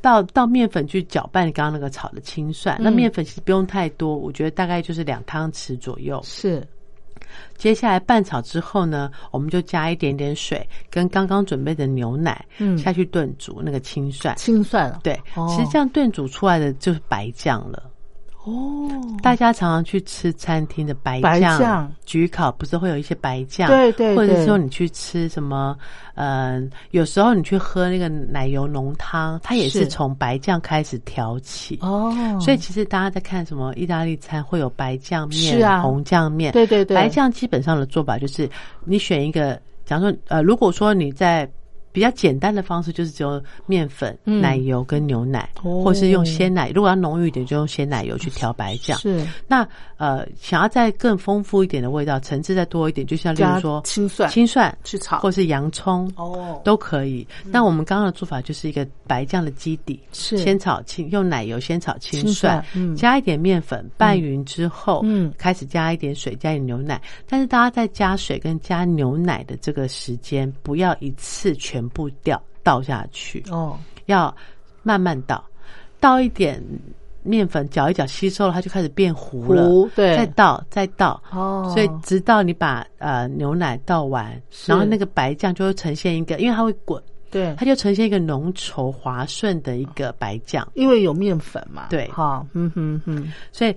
[SPEAKER 6] 倒倒面粉去搅拌刚刚那个炒的青蒜。那
[SPEAKER 5] 嗯
[SPEAKER 6] 面粉其实不用太多，我觉得大概就是两汤匙左右。
[SPEAKER 5] 是
[SPEAKER 6] 接下来拌炒之后呢，我们就加一点点水跟刚刚准备的牛奶，
[SPEAKER 5] 嗯
[SPEAKER 6] 下去炖煮那个青蒜。
[SPEAKER 5] 青蒜了，
[SPEAKER 6] 对，
[SPEAKER 5] 哦
[SPEAKER 6] 其实这样炖煮出来的就是白酱了。
[SPEAKER 5] 哦，
[SPEAKER 6] 大家常常去吃餐厅的白
[SPEAKER 5] 白
[SPEAKER 6] 酱、
[SPEAKER 5] 酱
[SPEAKER 6] 焗烤，不是会有一些白酱？
[SPEAKER 5] 对对
[SPEAKER 6] 或者
[SPEAKER 5] 对
[SPEAKER 6] 是说你去吃什么？嗯、有时候你去喝那个奶油浓汤，它也
[SPEAKER 5] 是
[SPEAKER 6] 是从白酱开始调起。
[SPEAKER 5] 哦，
[SPEAKER 6] 所以其实大家在看什么意大利餐会有白酱面、
[SPEAKER 5] 是啊
[SPEAKER 6] 红酱面，
[SPEAKER 5] 对对对
[SPEAKER 6] 白酱基本上的做法就是你选一个，假如说呃，如果说你在比较简单的方式就是只有面粉、
[SPEAKER 5] 嗯
[SPEAKER 6] 奶油跟牛奶，
[SPEAKER 5] 哦
[SPEAKER 6] 或是用鲜奶，如果要浓郁一点就用鲜奶油去调白酱。
[SPEAKER 5] 是
[SPEAKER 6] 那呃，想要再更丰富一点的味道，层次再多一点，就像例如
[SPEAKER 5] 加
[SPEAKER 6] 说
[SPEAKER 5] 青蒜
[SPEAKER 6] 青蒜
[SPEAKER 5] 去炒
[SPEAKER 6] 或是洋葱
[SPEAKER 5] 哦
[SPEAKER 6] 都可以。那我们刚刚的做法就是一个白酱的基底，
[SPEAKER 5] 是
[SPEAKER 6] 先炒青，用奶油先炒青
[SPEAKER 5] 青
[SPEAKER 6] 蒜，
[SPEAKER 5] 蒜嗯
[SPEAKER 6] 加一点面粉拌匀之后，
[SPEAKER 5] 嗯
[SPEAKER 6] 开始加一点水，加一点牛奶。但是大家在加水跟加牛奶的这个时间，不要一次全部掉倒下去，
[SPEAKER 5] 哦，
[SPEAKER 6] 要慢慢倒，倒一点。面粉搅一搅，吸收了，它就开始变糊了。
[SPEAKER 5] 糊对
[SPEAKER 6] 再倒，再倒，
[SPEAKER 5] 哦
[SPEAKER 6] 所以直到你把呃牛奶倒完，然后那个白酱就会呈现一个，因为它会滚，
[SPEAKER 5] 对
[SPEAKER 6] 它，就呈现一个浓稠滑顺的一个白酱，
[SPEAKER 5] 因为有面粉嘛，
[SPEAKER 6] 对
[SPEAKER 5] 好，嗯哼哼，
[SPEAKER 6] 所以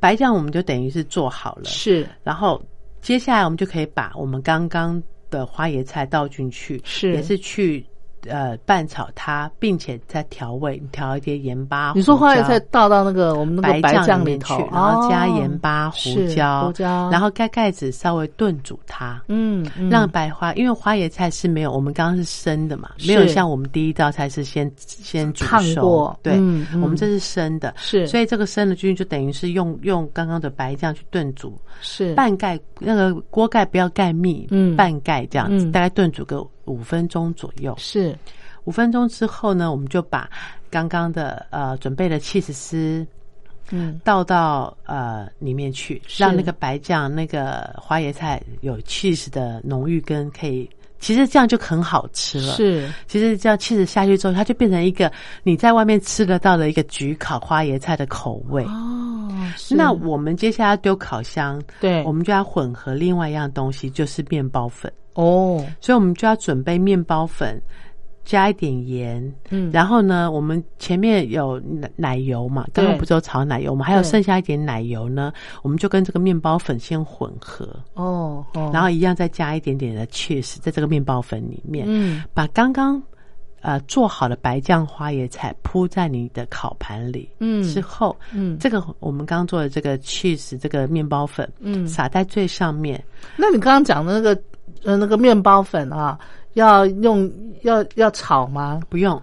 [SPEAKER 6] 白酱我们就等于是做好了，
[SPEAKER 5] 是
[SPEAKER 6] 然后接下来我们就可以把我们刚刚的花椰菜倒进去，
[SPEAKER 5] 是
[SPEAKER 6] 也是去。呃，拌炒它，并且再调味，调一些盐巴。
[SPEAKER 5] 你说
[SPEAKER 6] 胡椒
[SPEAKER 5] 花椰菜倒到那个我们那个
[SPEAKER 6] 白
[SPEAKER 5] 白
[SPEAKER 6] 酱
[SPEAKER 5] 酱
[SPEAKER 6] 里
[SPEAKER 5] 里
[SPEAKER 6] 面去
[SPEAKER 5] 头，，
[SPEAKER 6] 然后加
[SPEAKER 5] 哦
[SPEAKER 6] 盐巴、胡
[SPEAKER 5] 是
[SPEAKER 6] 椒、
[SPEAKER 5] 胡椒，
[SPEAKER 6] 然
[SPEAKER 5] 后
[SPEAKER 6] 后盖盖子稍微炖煮它，
[SPEAKER 5] 嗯，嗯
[SPEAKER 6] 让白花，因为花椰菜是没有，我们刚刚是生的嘛，没有
[SPEAKER 5] 是
[SPEAKER 6] 像我们第一道菜是先先煮
[SPEAKER 5] 烫
[SPEAKER 6] 熟
[SPEAKER 5] 过，
[SPEAKER 6] 对，
[SPEAKER 5] 嗯嗯
[SPEAKER 6] 我们这是生的，
[SPEAKER 5] 是
[SPEAKER 6] 所以这个生的菌就等于是用用刚刚的白酱去炖煮，
[SPEAKER 5] 是
[SPEAKER 6] 半盖那个锅盖不要盖密，
[SPEAKER 5] 嗯
[SPEAKER 6] 半盖这样子，
[SPEAKER 5] 嗯
[SPEAKER 6] 大概炖煮个五分钟左右，
[SPEAKER 5] 是
[SPEAKER 6] 五分钟之后呢，我们就把刚刚的呃准备的 cheese 丝
[SPEAKER 5] 嗯
[SPEAKER 6] 倒到呃里面去，
[SPEAKER 5] 是
[SPEAKER 6] 让那个白酱、那个花椰菜有 cheese 的浓郁跟可以，其实这样就很好吃了。，
[SPEAKER 5] 是
[SPEAKER 6] 其实这样 cheese 下去之后，它就变成一个你在外面吃得到的一个焗烤花椰菜的口味。
[SPEAKER 5] 哦，是
[SPEAKER 6] 那我们接下来要丢烤箱，
[SPEAKER 5] 对
[SPEAKER 6] 我们就要混合另外一样东西，就是面包粉。
[SPEAKER 5] 哦，
[SPEAKER 6] 所以我们就要准备面包粉，加一点盐，
[SPEAKER 5] 嗯
[SPEAKER 6] 然后呢，我们前面有奶奶油嘛，刚刚
[SPEAKER 5] 对
[SPEAKER 6] 不是有炒奶油，我们还有
[SPEAKER 5] 对
[SPEAKER 6] 剩下一点奶油呢，我们就跟这个面包粉先混合，
[SPEAKER 5] 哦哦，
[SPEAKER 6] 然后一样再加一点点的 cheese 在这个面包粉里面，
[SPEAKER 5] 嗯
[SPEAKER 6] 把刚刚。呃，做好的白酱花椰菜铺在你的烤盘里，
[SPEAKER 5] 嗯
[SPEAKER 6] 之后，
[SPEAKER 5] 嗯
[SPEAKER 6] 这个我们刚做的这个 cheese 这个面包粉，
[SPEAKER 5] 嗯
[SPEAKER 6] 撒在最上面，
[SPEAKER 5] 那你刚刚讲的那个呃那个面包粉啊，要用要要炒吗？
[SPEAKER 6] 不用，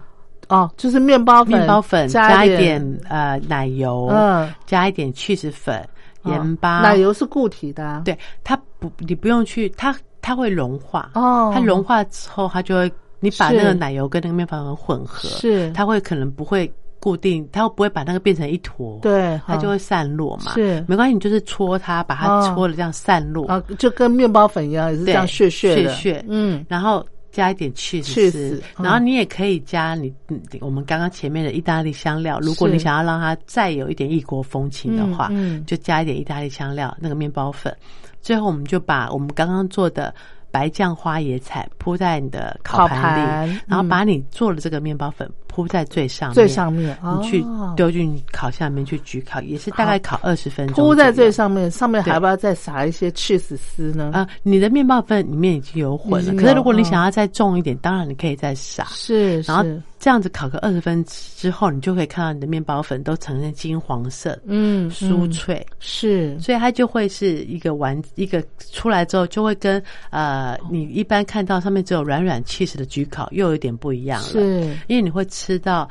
[SPEAKER 5] 哦，就是面包粉，
[SPEAKER 6] 面包粉
[SPEAKER 5] 加
[SPEAKER 6] 加
[SPEAKER 5] 一
[SPEAKER 6] 一点呃奶油，
[SPEAKER 5] 嗯
[SPEAKER 6] 加一点 cheese 粉、
[SPEAKER 5] 哦
[SPEAKER 6] 盐巴，
[SPEAKER 5] 奶油是固体的啊，
[SPEAKER 6] 对它不，你不用去它它会融化
[SPEAKER 5] 哦
[SPEAKER 6] 它融化之后它就会，你把
[SPEAKER 5] 是
[SPEAKER 6] 那个奶油跟那个面包粉混合，
[SPEAKER 5] 是
[SPEAKER 6] 它会可能不会固定，它不会把那个变成一坨，，
[SPEAKER 5] 对，
[SPEAKER 6] 它
[SPEAKER 5] 哈
[SPEAKER 6] 就会散落嘛，
[SPEAKER 5] 是
[SPEAKER 6] 没关系，你就是搓它，把它
[SPEAKER 5] 哦
[SPEAKER 6] 搓的这样散落，
[SPEAKER 5] 啊，就跟面包粉一样，也是这
[SPEAKER 6] 对
[SPEAKER 5] 样屑屑的，
[SPEAKER 6] 屑屑
[SPEAKER 5] 嗯，
[SPEAKER 6] 然后加一点 cheese，,
[SPEAKER 5] cheese，
[SPEAKER 6] 丝
[SPEAKER 5] 嗯
[SPEAKER 6] 然后你也可以加你嗯我们刚刚前面的意大利香料。如果
[SPEAKER 5] 是
[SPEAKER 6] 你想要让它再有一点异国风情的话，
[SPEAKER 5] 嗯嗯
[SPEAKER 6] 就加一点意大利香料，那个面包粉。最后，我们就把我们刚刚做的白酱花椰菜铺在你的
[SPEAKER 5] 烤
[SPEAKER 6] 烤盘里，
[SPEAKER 5] 盘
[SPEAKER 6] 然后
[SPEAKER 5] 嗯
[SPEAKER 6] 把你做的这个面包粉铺在最上面，
[SPEAKER 5] 最上面哦
[SPEAKER 6] 你去丢进烤箱里面去焗烤，也是大概烤二十分钟左右，
[SPEAKER 5] 铺在最上面，上面还
[SPEAKER 6] 对
[SPEAKER 5] 要不要再撒一些 cheese 丝呢？
[SPEAKER 6] 啊、你的面包粉里面已经有混
[SPEAKER 5] 已
[SPEAKER 6] 了，
[SPEAKER 5] 经有
[SPEAKER 6] 可是如果你
[SPEAKER 5] 嗯
[SPEAKER 6] 想要再重一点，当然你可以再撒。
[SPEAKER 5] 是，
[SPEAKER 6] 然后
[SPEAKER 5] 是
[SPEAKER 6] 这样子烤个二十分之后，你就可以看到你的面包粉都呈现金黄色、
[SPEAKER 5] 嗯，
[SPEAKER 6] 酥
[SPEAKER 5] 嗯
[SPEAKER 6] 脆，
[SPEAKER 5] 是
[SPEAKER 6] 所以它就会是一个完一个出来之后，就会跟呃你一般看到上面只有软软 cheese 的焗烤又有点不一样了，
[SPEAKER 5] 是
[SPEAKER 6] 因为你会吃到。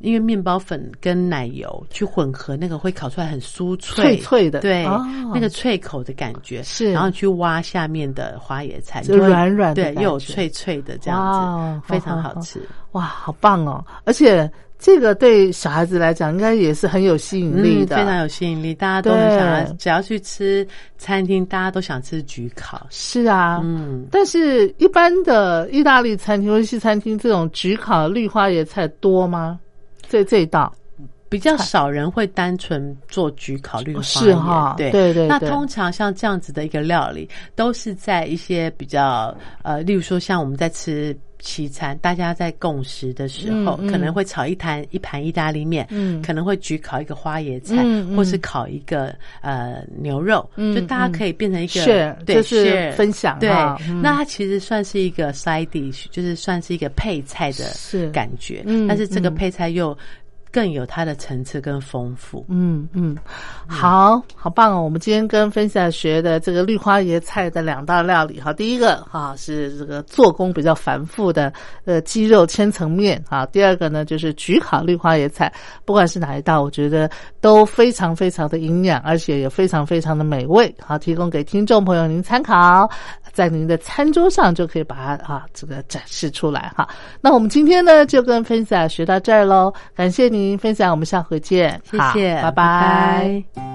[SPEAKER 6] 因为面包粉跟奶油去混合，那个会烤出来很酥脆
[SPEAKER 5] 脆脆的
[SPEAKER 6] 对，
[SPEAKER 5] 哦
[SPEAKER 6] 那个脆口的感觉
[SPEAKER 5] 是
[SPEAKER 6] 然后去挖下面的花椰菜，
[SPEAKER 5] 就
[SPEAKER 6] 你会
[SPEAKER 5] 软软的
[SPEAKER 6] 对，
[SPEAKER 5] 感
[SPEAKER 6] 又有
[SPEAKER 5] 觉
[SPEAKER 6] 脆脆的这
[SPEAKER 5] 哇
[SPEAKER 6] 样子，非
[SPEAKER 5] 好
[SPEAKER 6] 常
[SPEAKER 5] 好
[SPEAKER 6] 好
[SPEAKER 5] 好
[SPEAKER 6] 吃。
[SPEAKER 5] 哇，好棒哦！而且这个对小孩子来讲，应该也是很有吸引力的，
[SPEAKER 6] 嗯，非常有吸引力，大家都很
[SPEAKER 5] 对
[SPEAKER 6] 想要，只要去吃餐厅，大家都想吃焗烤。
[SPEAKER 5] 是啊，
[SPEAKER 6] 嗯，
[SPEAKER 5] 但是，一般的意大利餐厅或西餐厅这种焗烤绿花椰菜多吗？这这一道
[SPEAKER 6] 比较少人会单纯做焗烤绿花椰，
[SPEAKER 5] 是哈
[SPEAKER 6] 对
[SPEAKER 5] 对对
[SPEAKER 6] 那
[SPEAKER 5] 对
[SPEAKER 6] 通常像这样子的一个料理，都是在一些比较呃，例如说像我们在吃。西餐，大家在共食的时候，
[SPEAKER 5] 嗯嗯
[SPEAKER 6] 可能会炒一坛一盘意大利面，
[SPEAKER 5] 嗯
[SPEAKER 6] 可能会焗烤一个花椰菜，
[SPEAKER 5] 嗯嗯
[SPEAKER 6] 或是烤一个呃牛肉，
[SPEAKER 5] 嗯
[SPEAKER 6] 就大
[SPEAKER 5] 嗯
[SPEAKER 6] 家可以变成一个
[SPEAKER 5] 是
[SPEAKER 6] 对
[SPEAKER 5] 就是
[SPEAKER 6] 是
[SPEAKER 5] 分享
[SPEAKER 6] 对
[SPEAKER 5] 哈，嗯
[SPEAKER 6] 那它其实算是一个 side dish，就是算是一个配菜的
[SPEAKER 5] 是
[SPEAKER 6] 感觉，
[SPEAKER 5] 嗯
[SPEAKER 6] 但是这个
[SPEAKER 5] 嗯
[SPEAKER 6] 配菜又更有它的层次跟丰富。
[SPEAKER 5] 嗯嗯，好好棒哦！我们今天跟分享学的这个绿花椰菜的两道料理哈，第一个哈是这个做工比较繁复的呃鸡肉千层面啊，第二个呢就是焗烤绿花椰菜，不管是哪一道，我觉得都非常非常的营养，而且也非常非常的美味，好提供给听众朋友您参考，在您的餐桌上就可以把它啊这个展示出来哈。那我们今天呢就跟分享学到这儿喽，感谢您分享，我们下回见。
[SPEAKER 6] 谢
[SPEAKER 5] 好
[SPEAKER 6] 谢，
[SPEAKER 5] 拜
[SPEAKER 6] 拜
[SPEAKER 5] 拜。
[SPEAKER 6] 拜